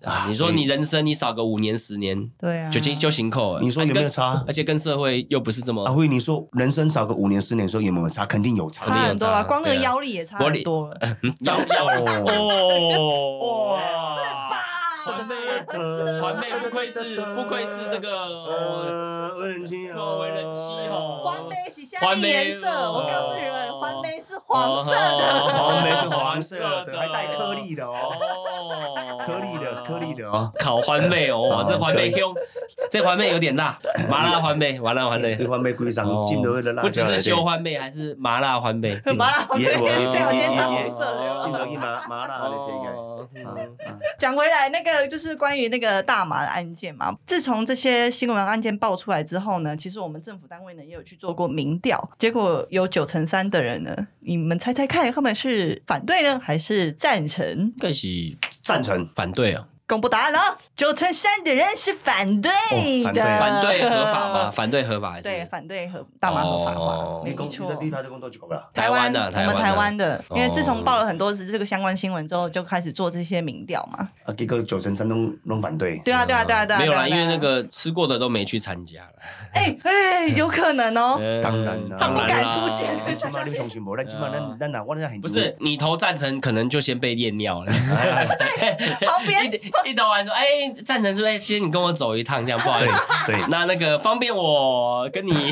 Speaker 3: 啊你说你人生你少个五年十年，
Speaker 1: 对啊，
Speaker 3: 就进就行扣了。啊
Speaker 2: 你说有没有差啊
Speaker 3: 跟而且跟社会又不是这么
Speaker 2: 阿，辉，你说人生少个五年十年，说有没有差？肯定有差。
Speaker 1: 差很多啊，光那个
Speaker 3: 对啊
Speaker 1: 腰力也差很多了，
Speaker 3: 要
Speaker 2: 哦，
Speaker 3: 哦，
Speaker 1: 啊哇
Speaker 3: 真的环妹不愧是不愧是这个哦
Speaker 2: 呃，为人妻
Speaker 3: 哦为人妻哦
Speaker 1: 环梅是下面颜色，我告诉你们，环梅是黄
Speaker 3: 哦
Speaker 1: 色的。
Speaker 2: 黄梅是黄色的，还带颗粒的哦，
Speaker 3: 哦
Speaker 2: 颗粒的，颗粒。的哦。
Speaker 3: 烤环妹哦，哇这环妹凶，这环妹有点辣，麻辣环妹，麻辣环妹
Speaker 2: 一，环玫瑰上进了的辣
Speaker 3: 不只
Speaker 2: 椒，
Speaker 3: 是修环妹，还是麻辣环 妹。
Speaker 1: 麻辣对，
Speaker 2: 也我
Speaker 1: 对我今天穿红色
Speaker 2: 进
Speaker 1: 的
Speaker 2: 了
Speaker 1: 有
Speaker 2: 一
Speaker 1: 没有。
Speaker 2: 麻麻辣的哎这
Speaker 3: 哦
Speaker 2: 个。
Speaker 1: 讲回来，那个就是关于那个大麻的案件嘛。自从这些新闻案件爆出来之后呢，其实我们政府单位呢也有去做过民调，结果有九成三的人呢，你们猜猜看，他们是反对呢还是赞成？
Speaker 3: 更是
Speaker 2: 赞成
Speaker 3: 反对哦，
Speaker 1: 公布答案了，九成三的人是反对
Speaker 2: 哦反
Speaker 1: 的，
Speaker 2: 对
Speaker 3: 反对合法
Speaker 2: 啊
Speaker 3: 吗？？反对合法还是？
Speaker 1: 对，反对合大麻合法化
Speaker 3: 哦，
Speaker 1: 没错。
Speaker 2: 他就工作就够了。
Speaker 1: 台湾
Speaker 3: 的，
Speaker 1: 我们台湾
Speaker 3: 的，
Speaker 1: 的，因为自从
Speaker 3: 啊哦
Speaker 1: 报了很多次这个相关新闻之后，就开始做这些民调嘛。
Speaker 2: 啊，结果九成三都拢反对。
Speaker 1: 对啊，对啊，对啊，对啊。
Speaker 3: 没有
Speaker 1: 对啊
Speaker 3: 啦，因
Speaker 1: 对啊
Speaker 3: 为那个吃过的都没去参加了。
Speaker 1: 哎哎，有可能哦。
Speaker 3: 嗯
Speaker 2: 呃当然啦
Speaker 1: 他不敢出
Speaker 2: 你
Speaker 1: 现
Speaker 2: 起啊码你相信无，咱起码咱咱哪我咱很
Speaker 3: 不是你投赞成，可能就先被验尿了。
Speaker 1: 旁边
Speaker 3: 嗯一点 一头完说，哎、赞成是不是？今天你跟我走一趟，这样不好意
Speaker 2: 对
Speaker 3: 思。
Speaker 2: 对，
Speaker 3: 那那个方便我跟你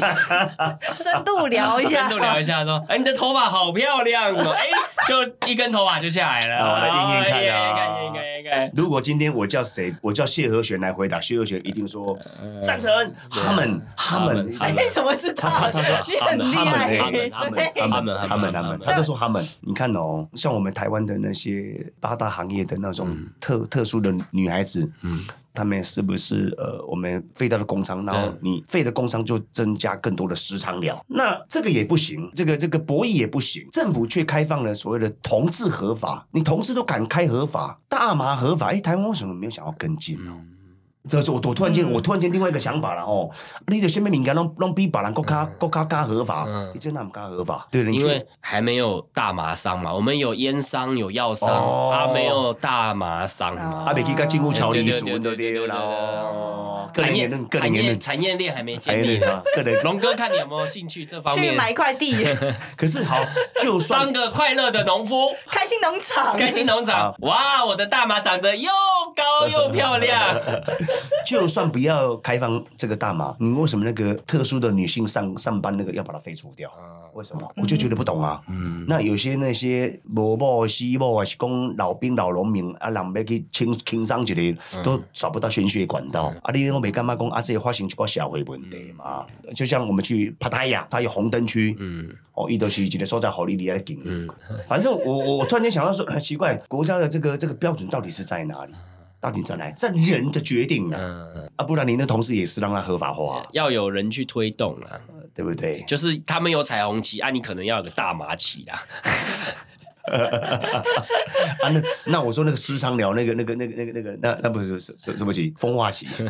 Speaker 1: 深度聊一下
Speaker 3: 深，度聊一下，说，哎、你的头发好漂 亮哦，哎、就一根头发就下来了，哦
Speaker 2: 好我来验验看啊
Speaker 3: 验验看，验验看，验验
Speaker 2: 如果今天我叫谁，我叫谢和弦来回答，谢和弦一定说
Speaker 3: 看，
Speaker 2: 赞成，他们，呃他们，哎
Speaker 3: 他们
Speaker 1: 你怎么知道
Speaker 2: 他他他说？
Speaker 1: 你很厉
Speaker 2: 他们
Speaker 1: 害
Speaker 2: 欸
Speaker 1: 耶，
Speaker 3: 他们
Speaker 1: 对
Speaker 2: 他们他们他们，他都说他们。你看哦，像我们台湾的那些八大行业的那种特特殊的女孩子，
Speaker 3: 嗯，
Speaker 2: 她们是不是呃，我们废掉了工伤，然后
Speaker 3: 嗯
Speaker 2: 你废了工伤就增加更多的时长疗，那这个也不行，这个这个博弈也不行，政府却开放了所谓的同志合法，你同志都敢开合法，大麻合法，哎，台湾为什么没有想要跟进呢？这是我我突然间、
Speaker 1: 嗯
Speaker 2: 我突然间另外一个想法了哦，你的下面敏感让让比别人更加更加加合法，
Speaker 3: 嗯
Speaker 2: 你真那么加合法？对，你
Speaker 3: 因
Speaker 2: 觉得
Speaker 3: 为还没有大麻商嘛，我们有烟商有药商，
Speaker 2: 哦
Speaker 3: 啊没有大麻商嘛，
Speaker 2: 啊，
Speaker 1: 啊
Speaker 2: 未记甲政府超理
Speaker 3: 对对
Speaker 2: 顺
Speaker 3: 啊对
Speaker 2: 就对
Speaker 3: 对
Speaker 2: 啦
Speaker 3: 对
Speaker 2: 哦。个
Speaker 3: 产
Speaker 2: 人
Speaker 3: 业
Speaker 2: 言论，个人
Speaker 3: 产
Speaker 2: 言
Speaker 3: 业
Speaker 2: 论，
Speaker 3: 产业链还没
Speaker 2: 产
Speaker 3: 建
Speaker 2: 业
Speaker 3: 立
Speaker 2: 论。啊，个人。
Speaker 3: 龙哥，看你有没有兴趣这方
Speaker 1: 去
Speaker 3: 面，
Speaker 1: 买一块 地，
Speaker 2: 可是好，就算
Speaker 3: 当个快乐的农夫，
Speaker 1: 开心农场，
Speaker 3: 开心农场
Speaker 2: 好。
Speaker 3: 哇，我的大麻长得又高又漂亮，
Speaker 2: 就算不要开放这个大麻，你为什么那个特殊的女性上上班那个要把它废除掉？为什么？我就觉得不懂啊。
Speaker 3: 嗯，
Speaker 2: 那有些那些无某的西某，还是讲老兵老农民啊，人要去轻轻伤一
Speaker 3: 嗯
Speaker 2: 个，都找不到宣泄管道。啊，你拢没干嘛讲啊？这个发生一个社会问题嘛？就像我们去帕塔亚，它有红灯区，
Speaker 3: 嗯
Speaker 2: 哦，伊都是一个所在好利里来经营。
Speaker 3: 嗯，
Speaker 2: 反正我我我突然间想到说，很奇怪，国家的这个这个标准到底是在哪里？到底在哪里？在人的决定啊！
Speaker 3: 嗯，
Speaker 2: 啊，不然您的同事也是让它合法化、
Speaker 3: 要有人去推动啦，
Speaker 2: 对不对？
Speaker 3: 就是他们有彩虹旗啊，你可能要有个大麻旗啦，
Speaker 2: 啊，那那我说那个时常聊那个那个那个那个那个那那不是什什什么旗？风化旗？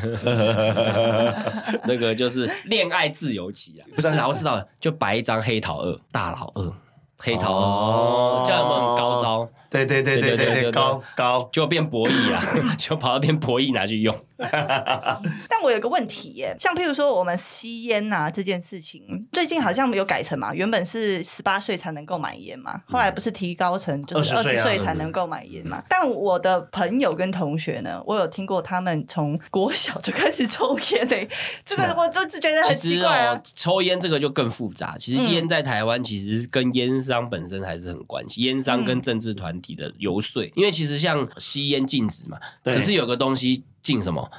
Speaker 3: 那个就是恋爱自由旗啊，
Speaker 2: 不
Speaker 3: 不
Speaker 2: 是
Speaker 3: 是
Speaker 2: 啊
Speaker 3: 啦，我知道了，就摆一张黑桃二，大佬二，黑桃
Speaker 2: 哦
Speaker 3: 二，这样有没有很高招？
Speaker 2: 对对对对
Speaker 3: 对对
Speaker 2: 对
Speaker 3: 对
Speaker 2: 对，
Speaker 3: 对
Speaker 2: 高高。
Speaker 3: 就变博弈啦， 就跑到变博弈拿去用。
Speaker 1: 但我有个问题耶，像譬如说我们吸烟呐、这件事情，最近好像有改成嘛，原本是十八岁才能够买烟嘛，
Speaker 3: 嗯
Speaker 1: 后来不是提高成就是
Speaker 2: 20
Speaker 1: 二
Speaker 2: 岁
Speaker 1: 十
Speaker 2: 啊
Speaker 1: 岁才能够买烟嘛。但我的朋友跟同学呢，我有听过他们从国小就开始抽烟 诶、这个我就是觉得很
Speaker 3: 啊其
Speaker 1: 奇
Speaker 3: 实
Speaker 1: 怪
Speaker 3: 哦
Speaker 1: 啊。，
Speaker 3: 抽烟这个就更复杂。其实
Speaker 1: 嗯
Speaker 3: 烟在台湾其实跟烟商本身还是很关系，烟商跟政治团体的游说。因为其实像吸烟禁止嘛，
Speaker 2: 对
Speaker 3: 只是有个东西禁什么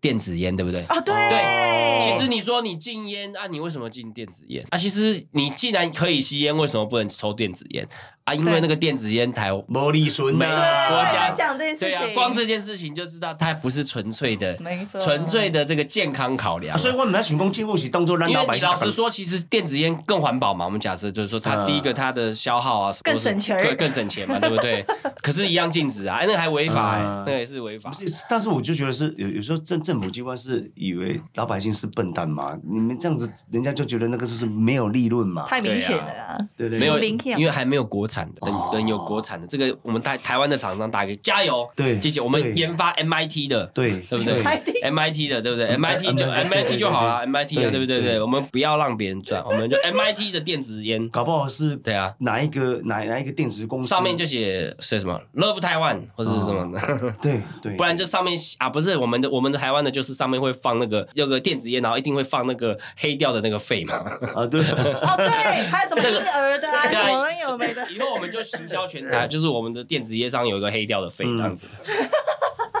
Speaker 3: 电子烟，对不对？
Speaker 1: 啊，对，
Speaker 3: 对哦其实你说你禁烟啊，你为什么禁电子烟啊？其实你既然可以吸烟，为什么不能抽电子烟啊？因为
Speaker 1: 对
Speaker 3: 那个电子烟台
Speaker 2: 摩利孙
Speaker 1: 对，
Speaker 2: 呐，
Speaker 1: 我
Speaker 3: 国
Speaker 1: 也
Speaker 3: 家
Speaker 1: 在想这件事
Speaker 3: 对啊
Speaker 1: 情，，
Speaker 3: 光这件事情就知道它不是纯粹的
Speaker 1: 没错，
Speaker 3: 纯粹的这个健康考量
Speaker 2: 啊
Speaker 3: 啊。
Speaker 2: 所以我们要想讲，政府是当做咱
Speaker 3: 因
Speaker 2: 老
Speaker 3: 为
Speaker 2: 百
Speaker 3: 你
Speaker 2: 姓
Speaker 3: 老实说，其实电子烟更环保嘛。我们假设就是说，它
Speaker 2: 嗯
Speaker 3: 第一个它的消耗啊，
Speaker 1: 更省钱儿
Speaker 3: 更更省钱嘛，对不对？可是，一样禁止啊，哎那个还违法欸
Speaker 2: 嗯，
Speaker 3: 那个也是违法
Speaker 2: 不。是，但是我就觉得是有有时候政政府机关是以为老百姓是笨蛋嘛，你们这样子，人家就觉得那个就是没有利润嘛，
Speaker 1: 太明显了啦。
Speaker 2: 对不对？
Speaker 3: 没有，
Speaker 1: 零片
Speaker 3: 因为还没有国产的，
Speaker 2: 哦
Speaker 3: 等等有国产的，这个我们台台湾的厂商打给加油，
Speaker 2: 对
Speaker 3: 谢谢。我
Speaker 2: 对
Speaker 3: 们研发 MIT 的，
Speaker 2: 对嗯
Speaker 3: 对不对
Speaker 1: MIT
Speaker 3: ？MIT 的，对不对？MIT 就
Speaker 2: 对对对
Speaker 3: MIT 就好了，MIT
Speaker 2: 对
Speaker 3: 的，对不
Speaker 2: 对
Speaker 3: 对？对，我们不要让别人赚，我们就 MIT 的电子烟，
Speaker 2: 搞不好是
Speaker 3: 对啊。
Speaker 2: 哪一个哪哪一个电子公司
Speaker 3: 上面就写写什么 “Love Taiwan” 或者是什么的，
Speaker 2: 对对，
Speaker 3: 不然就上面啊，不是我们的我们的台湾的，就是上面会放那个那个电子烟，然后一定会放那个黑掉的那个肺 嘛。
Speaker 2: 啊对，
Speaker 1: 哦，对，还有什么婴儿的啊，
Speaker 3: 这个
Speaker 1: 什么有没的，
Speaker 3: 以后我们就行销全台，就是我们的电子烟上有一个黑掉的肺这样子。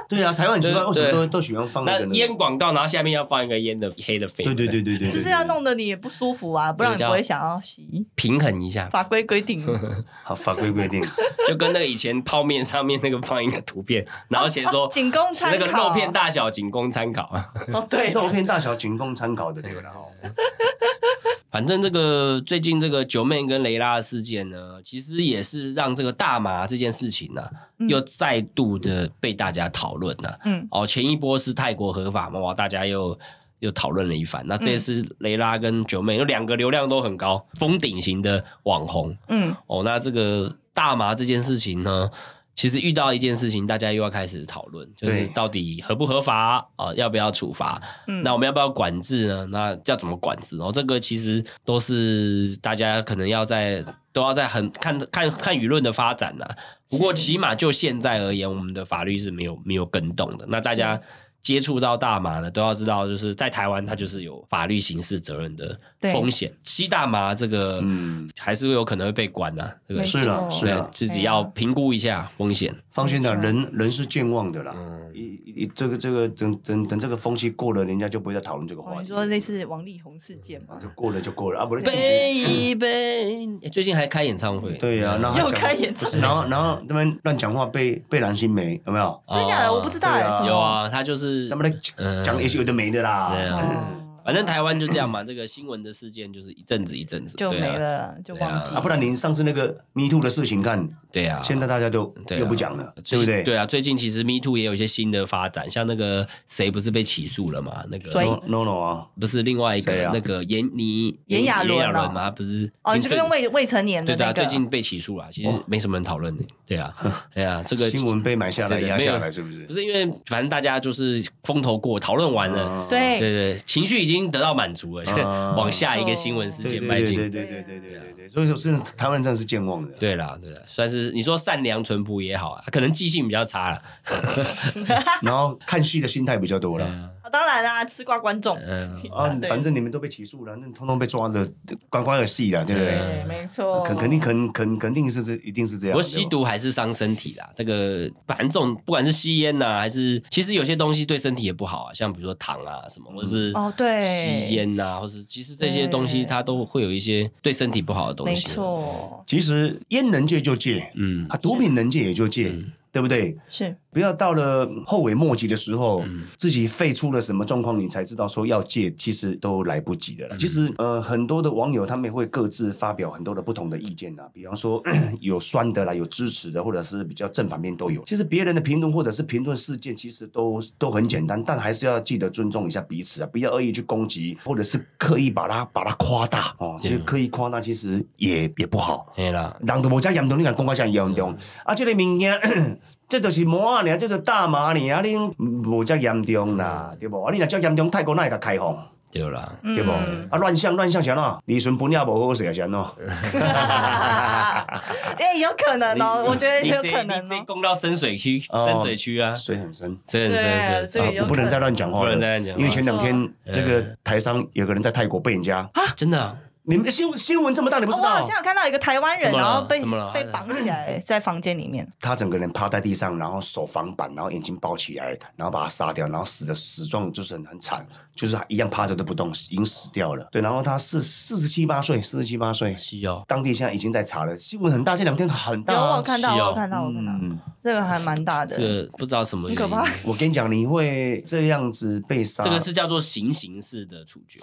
Speaker 2: 对啊，台湾很奇怪，
Speaker 3: 对
Speaker 2: 为什么都都喜欢放那
Speaker 3: 那
Speaker 2: 个呢
Speaker 3: 烟广告，然后下面要放一个烟的黑的肺，
Speaker 2: 对对对对对，
Speaker 1: 就是要弄得你也不舒服啊，不然你不会想要洗。
Speaker 3: 平衡一下，
Speaker 1: 法规规定，
Speaker 2: 好法规规定，
Speaker 3: 就跟那个以前泡面上面那个放一个图片， 然后写说
Speaker 1: 哦仅供参考
Speaker 3: 那个肉片大小仅供参考。
Speaker 1: 哦，对，
Speaker 2: 肉片大小仅供参考的对不对？
Speaker 3: 反正这个最近这个九妹跟雷拉的事件呢，其实也是让这个大麻这件事情呢、啊
Speaker 1: 嗯
Speaker 3: 又再度的被大家讨论了。
Speaker 1: 嗯，
Speaker 3: 哦，前一波是泰国合法嘛，哇，大家又又讨论了一番。那这一次雷拉跟九妹有两个流量都很高，封顶型的网红
Speaker 1: 嗯，
Speaker 3: 哦。那这个大麻这件事情呢，其实遇到一件事情，大家又要开始讨论，就是
Speaker 2: 对
Speaker 3: 到底合不合法啊、要不要处罚？
Speaker 1: 嗯
Speaker 3: 那我们要不要管制呢？那要怎么管制？然哦后这个其实都是大家可能要在都要在很看看看舆论的发展呐、不过
Speaker 1: 是
Speaker 3: 起码就现在而言，我们的法律是没有没有更动的。那大家
Speaker 1: 是
Speaker 3: 接触到大麻呢，都要知道，就是在台湾它就是有法律刑事责任的
Speaker 1: 对
Speaker 3: 风险。吸大麻这个，
Speaker 2: 嗯
Speaker 3: 还是会有可能会被关呐、这个
Speaker 1: 没
Speaker 2: 是啦
Speaker 1: 错啊
Speaker 2: 是
Speaker 3: 对
Speaker 2: 啦，
Speaker 3: 自己要评估一下风险。
Speaker 2: 放心啦，
Speaker 1: 没错
Speaker 2: 人人是健忘的啦。
Speaker 3: 嗯，
Speaker 2: 一一这个这个等等等这个风气过了，人家就不会再讨论这个
Speaker 1: 哦
Speaker 2: 话
Speaker 1: 你
Speaker 2: 题。
Speaker 1: 说类似王力宏事件吗
Speaker 2: 啊？就过了就过了啊，不然就
Speaker 3: Baby，最近哎还开演唱会，啊
Speaker 2: 对啊呀、然后他
Speaker 1: 又
Speaker 2: 讲
Speaker 1: 开演唱会
Speaker 2: 不是然后然后他们乱讲话被被蓝心湄有没有？
Speaker 3: 哦
Speaker 1: 真假的我不知道哎、
Speaker 2: 对啊
Speaker 1: 什么
Speaker 3: 有，啊，他就是
Speaker 2: 他们在
Speaker 3: 嗯
Speaker 2: 讲也是有的没的啦。
Speaker 3: 对啊
Speaker 1: 哦
Speaker 3: 反正台湾就这样嘛，这个新闻的事件就是一阵子一阵子
Speaker 1: 就
Speaker 3: 对
Speaker 1: 没
Speaker 3: 啊
Speaker 1: 了，就忘记
Speaker 2: 啊，不然您上次那个 Me Too 的事情看，
Speaker 3: 对啊，
Speaker 2: 现在大家都
Speaker 3: 对啊
Speaker 2: 又不讲了，对
Speaker 3: 最
Speaker 2: 不
Speaker 3: 近
Speaker 2: 对？
Speaker 3: 对啊，最近其实 Me Too 也有一些新的发展，像那个谁不是被起诉了嘛？那个
Speaker 1: 谁
Speaker 2: No No No 啊，
Speaker 3: 不是另外一
Speaker 2: 谁
Speaker 3: 个、
Speaker 2: 啊
Speaker 3: 那个严妮
Speaker 1: 炎亚纶
Speaker 3: 炎亚
Speaker 1: 哦
Speaker 3: 纶嘛，她不是
Speaker 1: 哦，你这个
Speaker 3: 最
Speaker 1: 跟未未成年的
Speaker 3: 对的、
Speaker 1: 那
Speaker 3: 啊，
Speaker 1: 个
Speaker 3: 最近被起诉了，其实没什么人讨论的，对啊，对啊，这个
Speaker 2: 哦新闻被买下来
Speaker 3: 对的
Speaker 2: 压下
Speaker 3: 没
Speaker 2: 来，
Speaker 3: 有
Speaker 2: 是不是
Speaker 3: 不？是因为反正大家就是风头过，讨论完了。
Speaker 2: 啊
Speaker 3: 对
Speaker 1: 对
Speaker 3: 对，情绪已经得到满足了，
Speaker 2: 啊
Speaker 3: 往下一个新闻事
Speaker 2: 对
Speaker 3: 件
Speaker 2: 对
Speaker 3: 迈
Speaker 2: 对
Speaker 3: 进。
Speaker 2: 对对对对对对对对，所以说真的台湾真的是健忘的。
Speaker 3: 对啦，对啦，算是你说善良淳朴也好啊，可能记性比较差啦。
Speaker 2: 然后看戏的心态比较多
Speaker 3: 对
Speaker 2: 了。
Speaker 3: 啊
Speaker 1: 啊当然啦、吃瓜观众，
Speaker 3: 嗯，
Speaker 2: 啊，
Speaker 1: 对
Speaker 2: 反正你们都被起诉了，那你通通被抓的关关而戏了，对不对？
Speaker 1: 对，没错，
Speaker 2: 肯肯定肯肯肯定是这一定是这
Speaker 3: 不
Speaker 2: 样。
Speaker 3: 过吸毒还是伤身体啦，这个反正不管是吸烟呐、还是其实有些东西对身体也不好啊，像比如说糖啊什么，或是
Speaker 1: 哦对
Speaker 3: 吸烟呐、或是其实这些东西
Speaker 1: 对
Speaker 3: 它都会有一些对身体不好的东
Speaker 1: 没
Speaker 3: 西。，
Speaker 1: 错，
Speaker 2: 其实烟能戒就戒
Speaker 3: 嗯
Speaker 2: 啊，毒品能戒也就戒，对不对？
Speaker 1: 是
Speaker 2: 不要到了后悔莫及的时候，自己肺出了什么状况，你才知道说要戒，其实都来不及的了。其实呃，很多的网友他们也会各自发表很多的不同的意见呐，比方说嗯有酸的啦，有支持的，或者是比较正反面都有。其实别人的评论或者是评论事件，其实都都很简单，但还是要记得尊重一下彼此啊，不要恶意去攻击，或者是刻意把它把它夸大哦。其实刻意夸大其实也也不好。
Speaker 3: 对啦，
Speaker 2: 人都无遮严重，你敢讲到遮严重？啊，即、个物件， 这就是麻啊，尔，这就是大麻尔，啊，你无遮严重啦，对无？啊，你若遮严重，泰国哪会甲开放，
Speaker 3: 对啦，
Speaker 1: 嗯
Speaker 2: 对无？啊，乱象乱象是安怎？李纯本也无好势啊，是安怎？
Speaker 1: 哎、有可能哦，我觉得
Speaker 3: 你
Speaker 1: 有
Speaker 3: 这
Speaker 1: 可
Speaker 3: 你
Speaker 1: 能
Speaker 3: 这
Speaker 1: 哦。
Speaker 3: 攻到深水区，
Speaker 2: 哦
Speaker 3: 深水区啊，
Speaker 2: 水很深。
Speaker 3: 真的
Speaker 1: 对
Speaker 3: 真的
Speaker 1: 所
Speaker 3: 真
Speaker 1: 以有
Speaker 2: 啊
Speaker 3: 的
Speaker 1: 可能，
Speaker 2: 不能再乱讲话了，
Speaker 3: 不能再乱讲话
Speaker 2: 因为前两天
Speaker 3: 没错
Speaker 2: 这个台商有个人在泰国被人家，
Speaker 3: 啊，真的啊
Speaker 2: 你们新闻新闻这么大，你不
Speaker 1: 哦
Speaker 2: 知
Speaker 1: 我好
Speaker 2: 道？
Speaker 1: 像有看到一个台湾人，
Speaker 3: 怎么
Speaker 1: 然
Speaker 3: 了
Speaker 1: 后被
Speaker 3: 怎么了
Speaker 1: 被绑起来，在房间里面。
Speaker 2: 他整个人趴在地上，然后手防板，然后眼睛包起来，然后把他杀掉，然后死的死状就是很很惨，就是他一样趴着都不动，已经死掉了。对，然后他四四十七八岁，四十七八岁，
Speaker 3: 是哦，
Speaker 2: 当地现在已经在查了，新闻很大，这两天很大、
Speaker 1: 有我
Speaker 2: 啊
Speaker 1: 有。看到，
Speaker 3: 是
Speaker 1: 我
Speaker 3: 哦
Speaker 1: 有看到，我有看到，
Speaker 2: 嗯，
Speaker 1: 这个还蛮大的。
Speaker 3: 这个不知道什么
Speaker 1: 很
Speaker 3: 原
Speaker 1: 可
Speaker 3: 因
Speaker 1: 怕
Speaker 2: 我跟你讲，你会这样子被杀，
Speaker 3: 这个是叫做行刑式的处决。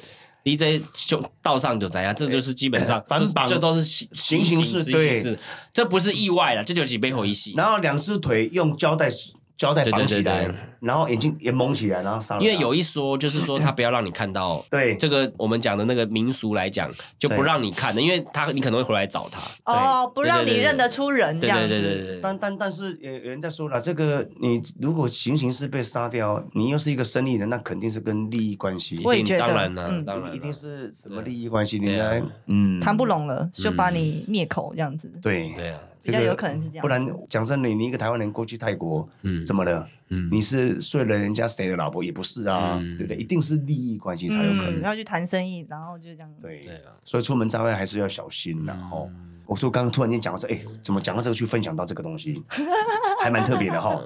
Speaker 3: DJ 就道上就怎样，这就是基本上
Speaker 2: 反
Speaker 3: 就是
Speaker 2: 绑
Speaker 3: 这都是行
Speaker 2: 行刑式
Speaker 3: 行
Speaker 2: 对
Speaker 3: 行式这不是意外了，这就是背后一戏。
Speaker 2: 然后两只腿用胶带胶带绑起来，
Speaker 3: 对对对对
Speaker 2: 然后眼睛也蒙起来，然后杀了他。，
Speaker 3: 因为有一说就是说他不要让你看到
Speaker 2: 对
Speaker 3: 这个我们讲的那个民俗来讲就不让你看的，因为他你可能会回来找他。
Speaker 1: 哦，不让
Speaker 3: 对对
Speaker 1: 你
Speaker 3: 对
Speaker 1: 认得出人这
Speaker 3: 对
Speaker 1: 样子。
Speaker 3: 对对对对，
Speaker 2: 但但但是也有人在说了，这个你如果行刑是被杀掉，你又是一个生意人，那肯定是跟利益关系，
Speaker 1: 我也
Speaker 3: 一
Speaker 1: 觉
Speaker 3: 定
Speaker 1: 得
Speaker 3: 当然了
Speaker 1: 嗯，
Speaker 3: 当然
Speaker 2: 一定
Speaker 3: 啦
Speaker 2: 是什么
Speaker 3: 对
Speaker 2: 利益关系，你
Speaker 3: 对啊
Speaker 2: 来，嗯，
Speaker 1: 谈不拢了，就把你灭口这样子，
Speaker 2: 对，
Speaker 3: 对啊，
Speaker 1: 比较有可能是这样子。嗯
Speaker 2: 不然讲真的，你一个台湾人过去泰国，
Speaker 3: 嗯
Speaker 2: 怎么了？
Speaker 3: 嗯
Speaker 2: 你是睡了人家谁的老婆也不是啊，
Speaker 3: 嗯
Speaker 2: 对不对？一定是利益关系才有可
Speaker 1: 嗯，
Speaker 2: 能，
Speaker 1: 要去谈生意，然后就这样。
Speaker 2: 对
Speaker 3: 对啊，嗯
Speaker 2: 所以出门在外还是要小心然后我说刚刚突然间讲到这，哎，怎么讲到这个去分享到这个东西，还蛮特别的 哈。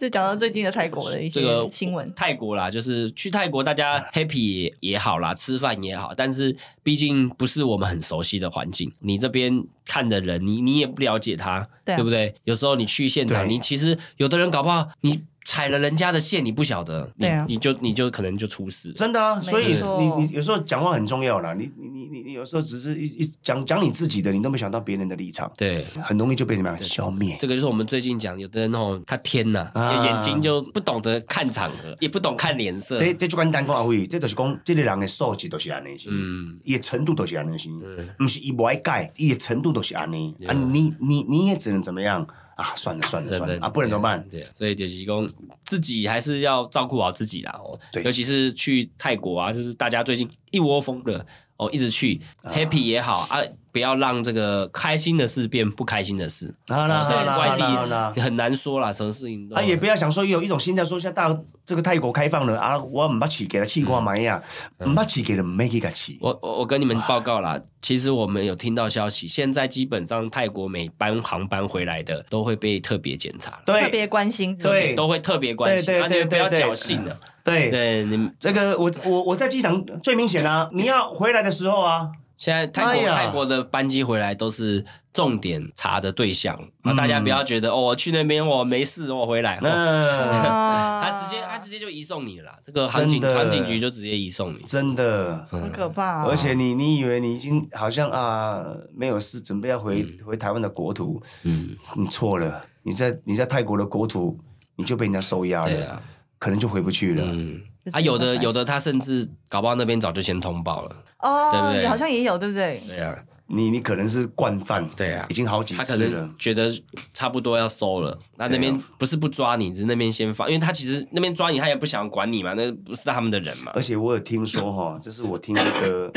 Speaker 1: 就讲到最近的泰国的一
Speaker 3: 这个
Speaker 1: 些新闻，嗯
Speaker 3: 泰国啦，就是去泰国大家 happy 也也好啦，吃饭也好，但是毕竟不是我们很熟悉的环境，你这边看的人，你你也不了解他，
Speaker 1: 对啊
Speaker 3: 不对？有时候你去现场，
Speaker 2: 对
Speaker 3: 你其实有的人搞不好你踩了人家的线，你不晓得，你、
Speaker 1: 对啊
Speaker 3: 你就你就可能就出事。
Speaker 2: 真的啊，
Speaker 1: 没
Speaker 2: 所以
Speaker 1: 错
Speaker 2: 你你有时候讲话很重要啦，你你你你你有时候只是一一讲讲你自己的，你都没想到别人的立场，
Speaker 3: 嗯对，
Speaker 2: 很容易就被怎么样消灭。
Speaker 3: 这个就是我们最近讲，有的人哦，他天呐，
Speaker 2: 啊
Speaker 3: 眼睛就不懂得看场合，也不懂看脸色。
Speaker 2: 这这就简单讲阿辉，这就是讲这个人的素质就是安尼是，
Speaker 3: 嗯，
Speaker 2: 伊的程度就是安尼是，不是伊不爱改，伊的程度就是安尼。啊，你你你也只能怎么样？啊，算了算了
Speaker 3: 真
Speaker 2: 算
Speaker 3: 的
Speaker 2: 了啊，不然怎么办？
Speaker 3: 对，所以就是讲自己还是要照顾好自己啦。哦，
Speaker 2: 对
Speaker 3: 尤其是去泰国啊，就是大家最近一窝蜂的哦，一直去、happy 也好啊，不要让这个开心的事变不开心的事。哦
Speaker 2: 啊啦
Speaker 3: 所以
Speaker 2: 啦啦
Speaker 3: 外
Speaker 2: 啦啦啦
Speaker 3: 地很难说啦，什么事情都
Speaker 2: 啊，也不要想说有一种心态说，像大这个泰国开放了啊，我唔捌去给他去过买呀，唔捌去给了没给他去。
Speaker 3: 嗯我我我跟你们报告啦，其实我们有听到消息，现在基本上泰国每班航班回来的都会被特别检查，
Speaker 1: 特
Speaker 2: 对
Speaker 1: 别关心，
Speaker 2: 对
Speaker 3: 都会特别关心，
Speaker 2: 对对
Speaker 3: 啊你们不
Speaker 2: 对
Speaker 3: 要
Speaker 2: 对
Speaker 3: 侥幸了。
Speaker 2: 对，
Speaker 3: 对，你们
Speaker 2: 这个我我我在机场最明显啊，你要回来的时候 啊，
Speaker 3: 现在泰
Speaker 2: 哎
Speaker 3: 国、
Speaker 2: 呀
Speaker 3: 泰国的班机回来都是重点查的对象，啊，
Speaker 2: 嗯
Speaker 3: 大家不要觉得哦，我去那边我没事，我回来。哦
Speaker 2: 那
Speaker 1: 啊
Speaker 3: 他直接他直接就移送你了啦，这个航警
Speaker 2: 真的
Speaker 3: 航警局就直接移送你。
Speaker 2: 真的。
Speaker 1: 好可怕哦，
Speaker 2: 而且你你以为你已经好像啊没有事，准备要回、回台湾的国土，
Speaker 3: 嗯，
Speaker 2: 你错了，你在你在泰国的国土，你就被人家收押
Speaker 3: 对
Speaker 2: 了，
Speaker 3: 啊，
Speaker 2: 可能就回不去了。
Speaker 3: 嗯，啊，有的有的他甚至搞不好那边早就先通报了。对不
Speaker 1: 哦，
Speaker 3: 对
Speaker 1: 你好像也有对不对？
Speaker 3: 对啊，
Speaker 2: 你你可能是惯犯，
Speaker 3: 对啊
Speaker 2: 已经好几
Speaker 3: 他可
Speaker 2: 次了
Speaker 3: 能，觉得差不多要收了，那那边
Speaker 2: 对啊
Speaker 3: 不是不抓你，只是那边先放，因为他其实那边抓你，他也不想管你嘛，那不是他们的人嘛。
Speaker 2: 而且我有听说哈，这是我听一个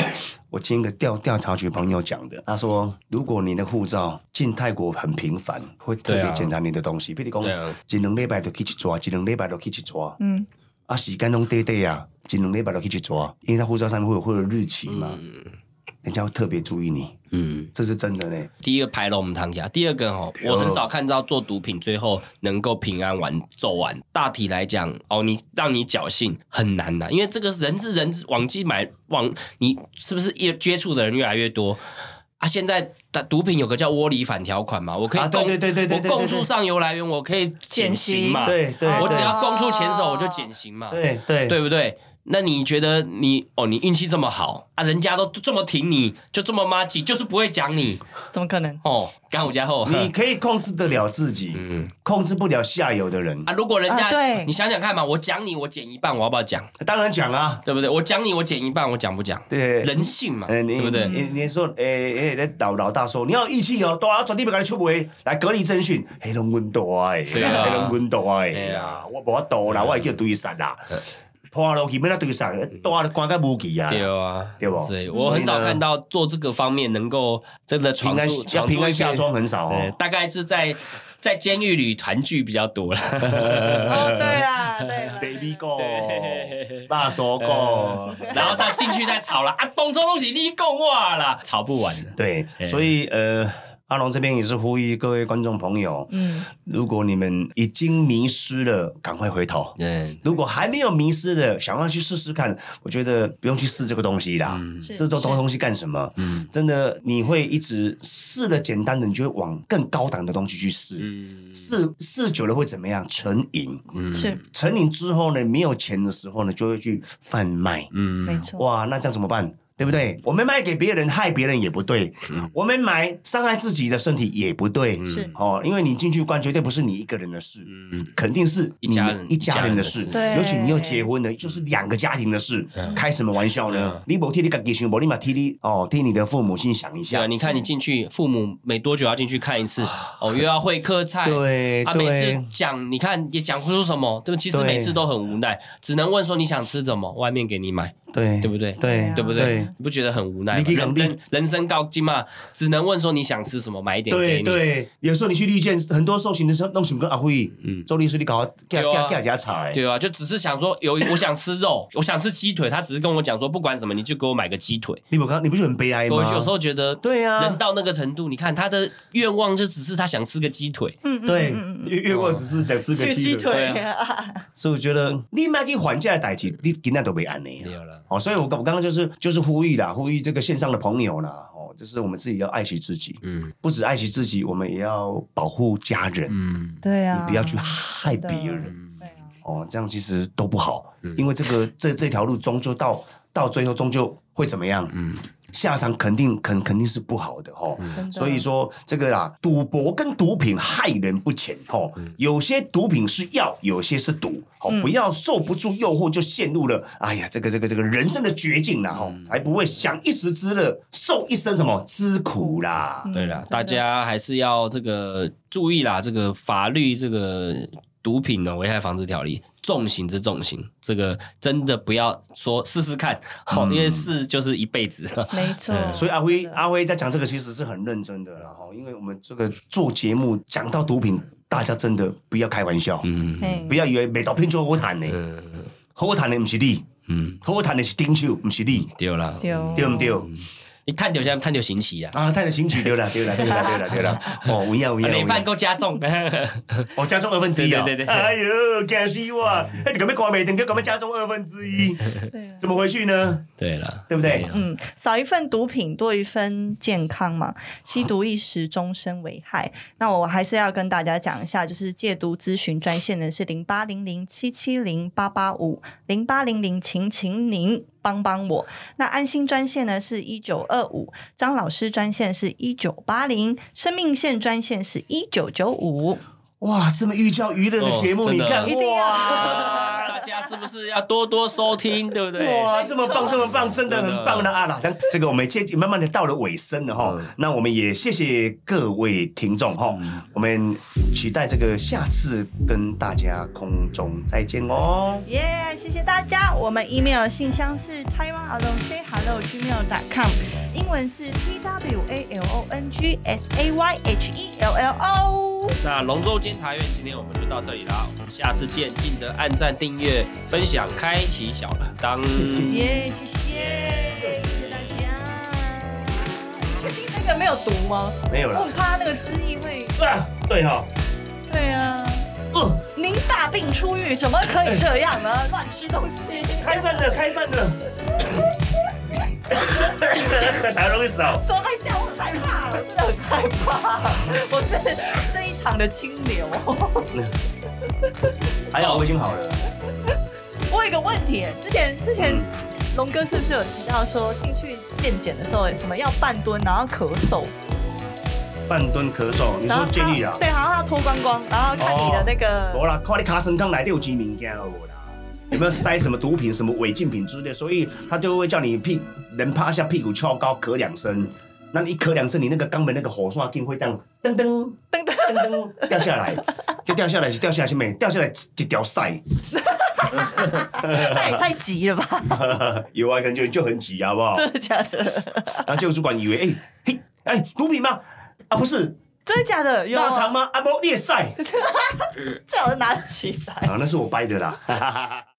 Speaker 2: 我听一个调调查局朋友讲的，他说如果你的护照进泰国很频繁，会特
Speaker 3: 对啊
Speaker 2: 别检查你的东西，比如
Speaker 3: 对
Speaker 2: 讲
Speaker 3: 啊，
Speaker 2: 一两礼拜就去一抓，一两礼拜就去一抓，
Speaker 1: 嗯，
Speaker 2: 啊时间拢短短啊，一两礼拜就去一抓，因为他护照上面会有会有日期嘛，人家会特别注意你，
Speaker 3: 嗯，
Speaker 2: 这是真的呢。
Speaker 3: 第一个排龙堂下，第二个哦，
Speaker 2: 哦
Speaker 3: 我很少看到做毒品最后能够平安完走完。大体来讲，哦，你让你侥幸很难呐、因为这个人是人往进买往，你是不是越接触的人越来越多？啊，现在的毒品有个叫窝里反条款嘛，我可以
Speaker 2: 啊
Speaker 3: 供、
Speaker 2: 对对对对对对
Speaker 3: 我供
Speaker 2: 对
Speaker 3: 出上游来源，我可以减
Speaker 1: 减
Speaker 3: 刑
Speaker 1: 刑
Speaker 3: 嘛，
Speaker 2: 对对，
Speaker 3: 我
Speaker 2: 对
Speaker 3: 只要
Speaker 1: 对
Speaker 3: 供出钱手我就减刑嘛，
Speaker 2: 对对
Speaker 3: 啊对不对？那你觉得你哦，你运气这么好啊，人家都这么挺你，就这么妈鸡，就是不会讲你
Speaker 1: 怎么可 能？
Speaker 3: 哦，干我家后，
Speaker 2: 你可以控制得了自己，
Speaker 3: 嗯
Speaker 2: 控制不了下游的人
Speaker 3: 啊，，如果人家、
Speaker 1: 啊对
Speaker 3: 你想想看嘛，我讲你，我减一半，我要不要讲？
Speaker 2: 当然讲啊，
Speaker 3: 对不对？我讲你，我减一半，我讲不讲？
Speaker 2: 对，
Speaker 3: 人性嘛，
Speaker 2: 哎，
Speaker 3: 对
Speaker 2: 你
Speaker 3: 不对？
Speaker 2: 你你说，诶、诶，那老老大说，你要有义气哦，对啊，绝对不跟你出卖，来隔离侦讯，黑龙温度哎，
Speaker 3: 对啊
Speaker 2: 黑龙温度哎，
Speaker 3: 对啊
Speaker 2: 啊，我无法度啦，我会叫对杀啦，破落去要哪对杀，大了关个无期啊，
Speaker 3: 嗯对啊，
Speaker 2: 对不
Speaker 3: 所以我很少看到做这个方面能够真的
Speaker 2: 平
Speaker 3: 闯
Speaker 2: 安
Speaker 3: 出
Speaker 2: 要
Speaker 3: 闯出
Speaker 2: 平安
Speaker 3: 一片
Speaker 2: 下庄很少
Speaker 3: 对
Speaker 2: 哦，，
Speaker 3: 大概是在在监狱里团聚比较多 了。
Speaker 1: 哦，对
Speaker 2: 啊
Speaker 1: 啦，对啦
Speaker 2: baby
Speaker 1: 对 啦
Speaker 2: go，
Speaker 3: 对
Speaker 2: 爸说 go，
Speaker 3: 然后他进去再吵了啊，东抽东西你共话啦，吵不完的。
Speaker 2: 对，所以呃，阿龙这边也是呼吁各位观众朋友，
Speaker 1: 嗯，
Speaker 2: 如果你们已经迷失了，赶快回头，
Speaker 3: 嗯，
Speaker 2: 如果还没有迷失的，想要去试试看，我觉得不用去试这个东西啦。
Speaker 3: 嗯
Speaker 2: 试这东东西干什么？
Speaker 3: 嗯
Speaker 2: 真的，你会一直试了简单的，你就会往更高档的东西去试。
Speaker 3: 嗯
Speaker 2: 试试久了会怎么样？成瘾。
Speaker 3: 嗯
Speaker 1: 是
Speaker 2: 成瘾之后呢，没有钱的时候呢，就会去贩卖。
Speaker 1: 没
Speaker 3: 嗯，
Speaker 1: 错，
Speaker 2: 哇，那这样怎么办？对不对？我们卖给别人，害别人也不对；
Speaker 3: 嗯
Speaker 2: 我们买伤害自己的身体也不对。
Speaker 1: 是
Speaker 2: 哦，因为你进去关，绝对不是你一个人的事，肯定是
Speaker 3: 一
Speaker 2: 你
Speaker 3: 家
Speaker 2: 们
Speaker 3: 人
Speaker 2: 一家人的
Speaker 3: 一
Speaker 2: 事
Speaker 3: 家人的
Speaker 1: 对
Speaker 3: 事。
Speaker 2: 尤其你又结婚了，就是两个家庭的事，开什么玩笑呢
Speaker 3: 嗯？
Speaker 2: 你不替你自己想，不你嘛替你哦，替你的父母亲想一
Speaker 3: 对啊，
Speaker 2: 下。
Speaker 3: 你看你进去，父母每多久要进去看一次？哦，又要会客菜。
Speaker 2: 啊对
Speaker 3: 啊，每
Speaker 2: 哎对
Speaker 3: 次讲，你看也讲不出什么，对不对？其实
Speaker 2: 对
Speaker 3: 每次都很无奈，只能问说你想吃什么，外面给你买，
Speaker 2: 对
Speaker 3: 对不对？
Speaker 2: 对啊
Speaker 3: 对不对
Speaker 2: 对？
Speaker 3: 你不觉得很无奈吗？
Speaker 2: 你可以
Speaker 3: 人
Speaker 2: 肯定
Speaker 3: 人人生高级嘛，只能问说你想吃什么，买一点
Speaker 2: 对
Speaker 3: 给你。嗯
Speaker 2: 对，有时候你去绿建，很多受刑的时候弄什么跟阿辉、周律师，你搞给
Speaker 3: 对
Speaker 2: 给
Speaker 3: 啊
Speaker 2: 给人家吵哎。
Speaker 3: 对啊，就只是想说有我想吃肉，我想吃鸡腿，他只是跟我讲说不管什么你就给我买个鸡腿。
Speaker 2: 你不看，你不是很悲哀吗？
Speaker 3: 我有时候觉得，
Speaker 2: 哎对啊
Speaker 3: 人到那个程度，你看他的愿望就只是他想吃个鸡腿，
Speaker 1: 嗯，嗯
Speaker 2: 对
Speaker 1: 嗯嗯，嗯
Speaker 2: 月月过只是想吃
Speaker 1: 吃
Speaker 2: 个
Speaker 1: 鸡
Speaker 2: 鸡腿，
Speaker 1: 腿
Speaker 3: 对
Speaker 1: 啊，
Speaker 2: 所以我觉得你买去还价的代志，你今天都没安尼
Speaker 3: 没有了。
Speaker 2: 哦，所以我刚我刚刚就是就是呼吁啦，呼吁这个线上的朋友啦，哦，就是我们自己要爱惜自己，
Speaker 3: 嗯
Speaker 2: 不止爱惜自己，我们也要保护家人，
Speaker 3: 嗯，
Speaker 1: 对啊，
Speaker 2: 你不要去害别人
Speaker 1: 对啊，
Speaker 2: 哦，这样其实都不好，因为这个这这条路终究到到最后终究会怎么样？嗯，下场肯定肯肯定是不好的哈、哦
Speaker 1: 真的
Speaker 2: 所以说这个啊，赌博跟毒品害人不浅哈、哦
Speaker 1: 嗯
Speaker 2: 有些毒品是药，有些是毒，哦，不要受不住诱惑就陷入了，哎呀，这个这个这个人生的绝境啦哈、
Speaker 1: 嗯
Speaker 2: 哦才不会享一时之乐，受一生什么之苦啦。
Speaker 1: 嗯
Speaker 3: 对啦
Speaker 1: 真，的
Speaker 3: 大家还是要这个注意啦，这个法律这个毒品的危害防治条例，重刑之重刑，这个真的不要说试试看， 好、
Speaker 2: 嗯
Speaker 3: 因为试就是一辈子。
Speaker 1: 没错
Speaker 3: 嗯。
Speaker 2: 所以阿辉啊
Speaker 1: 真的
Speaker 2: 阿辉在讲这个其实是很认真的啦哈，因为我们这个做节目讲到毒品，大家真的不要开玩笑，
Speaker 3: 嗯
Speaker 1: 嘿
Speaker 2: 不要以为没毒品就好谈呢，
Speaker 3: 嗯
Speaker 2: 好谈的不是你，
Speaker 3: 嗯，
Speaker 2: 好谈的是丁手，不是你，
Speaker 3: 对啦，
Speaker 1: 对哦
Speaker 2: 对不对？
Speaker 3: 你探究现在探究刑期啊，
Speaker 2: 啊，他的刑曲对了，对了，对了，对了，对 了，哦，文呀文呀，
Speaker 3: 累
Speaker 2: 有
Speaker 3: 犯
Speaker 2: 影
Speaker 3: 够加重。
Speaker 2: 哦，加重二分之一啊，
Speaker 3: 啊对对对对
Speaker 2: 哎呦，惊死我，哎，你干嘛关没？等个干嘛加重二分之 一？
Speaker 1: 对啊
Speaker 2: 怎么回去呢？
Speaker 3: 对啦，
Speaker 2: 对不对
Speaker 3: 所以啊
Speaker 1: 嗯，少一份毒品，多一份健康嘛。吸毒一时，终身危害。那我还是要跟大家讲一下，就是戒毒咨询专线呢是零八零零七七零八八五零八零零，请请您帮帮我。那安心专线呢是一九二五，张老师专线是一九八零，生命线专线是一九九五。
Speaker 2: 哇，这么寓教于乐的节目，
Speaker 3: 哦
Speaker 2: 你
Speaker 3: 真的
Speaker 2: 看
Speaker 1: 一定要
Speaker 2: 哇
Speaker 3: 啊，大家是不是要多多收听，对不对？
Speaker 2: 哇，这么 棒，这么棒，真的很棒的啊！那这个我们接近慢慢的到了尾声了哈
Speaker 3: 嗯，
Speaker 2: 那我们也谢谢各位听众哈，我们期待这个下次跟大家空中再见哦。
Speaker 1: 耶谢谢大家。我们 email 信箱是 taiwanalonsayhello@gmail.com，英文是 t w a l o n g s a y h e l l o。
Speaker 3: 那龙舟监察院今天我们就到这里啦，我们下次见，记得按赞、订阅、分享、开启小铃 铛。
Speaker 1: 耶、谢谢，谢谢大家。确定那个没有毒吗？
Speaker 2: 没有
Speaker 1: 我
Speaker 2: 了
Speaker 1: 很，怕那个汁液会。
Speaker 2: 啊，对哈、
Speaker 1: 对啊，
Speaker 2: 哦。
Speaker 1: 您大病初愈，怎么可以这样呢？乱吃东西。
Speaker 2: 开饭了，开饭了！打容易少。
Speaker 1: 怎么会这样？我很害怕，我真的很害怕。我是这一场的清流。
Speaker 2: 还好我已经好了。
Speaker 1: 我有一个问题，之前之前
Speaker 2: 嗯
Speaker 1: 龙哥是不是有提到说进去健检的时候，什么要半蹲，然后咳嗽，
Speaker 2: 半蹲咳嗽，你
Speaker 1: 然
Speaker 2: 说
Speaker 1: 后
Speaker 2: 建
Speaker 1: 他
Speaker 2: 议啊？哦
Speaker 1: 对，然后他脱光光，然后看你的那个，
Speaker 2: 我啦，看你卡身康来六级名件了我啦。有没有塞什么毒品、什么违禁品之类？所以他就会叫你屁人趴下，屁股翘高，咳两声。那你一咳两声，你那个肛门那个火刷镜会这样噔噔
Speaker 1: 噔噔，
Speaker 2: 噔噔掉下来，就掉下来是掉下来是没掉下来一条塞。
Speaker 1: 那也太急了吧？
Speaker 2: 有啊，感觉就很急，好不好？
Speaker 1: 真的假的？
Speaker 2: 然后结果主管以为，哎、嘿，哎、毒品吗？啊，不是，
Speaker 1: 真的假的？有
Speaker 2: 腊肠吗？啊，不，裂塞。
Speaker 1: 最好是拿得起来。
Speaker 2: 啊，那是我掰的啦。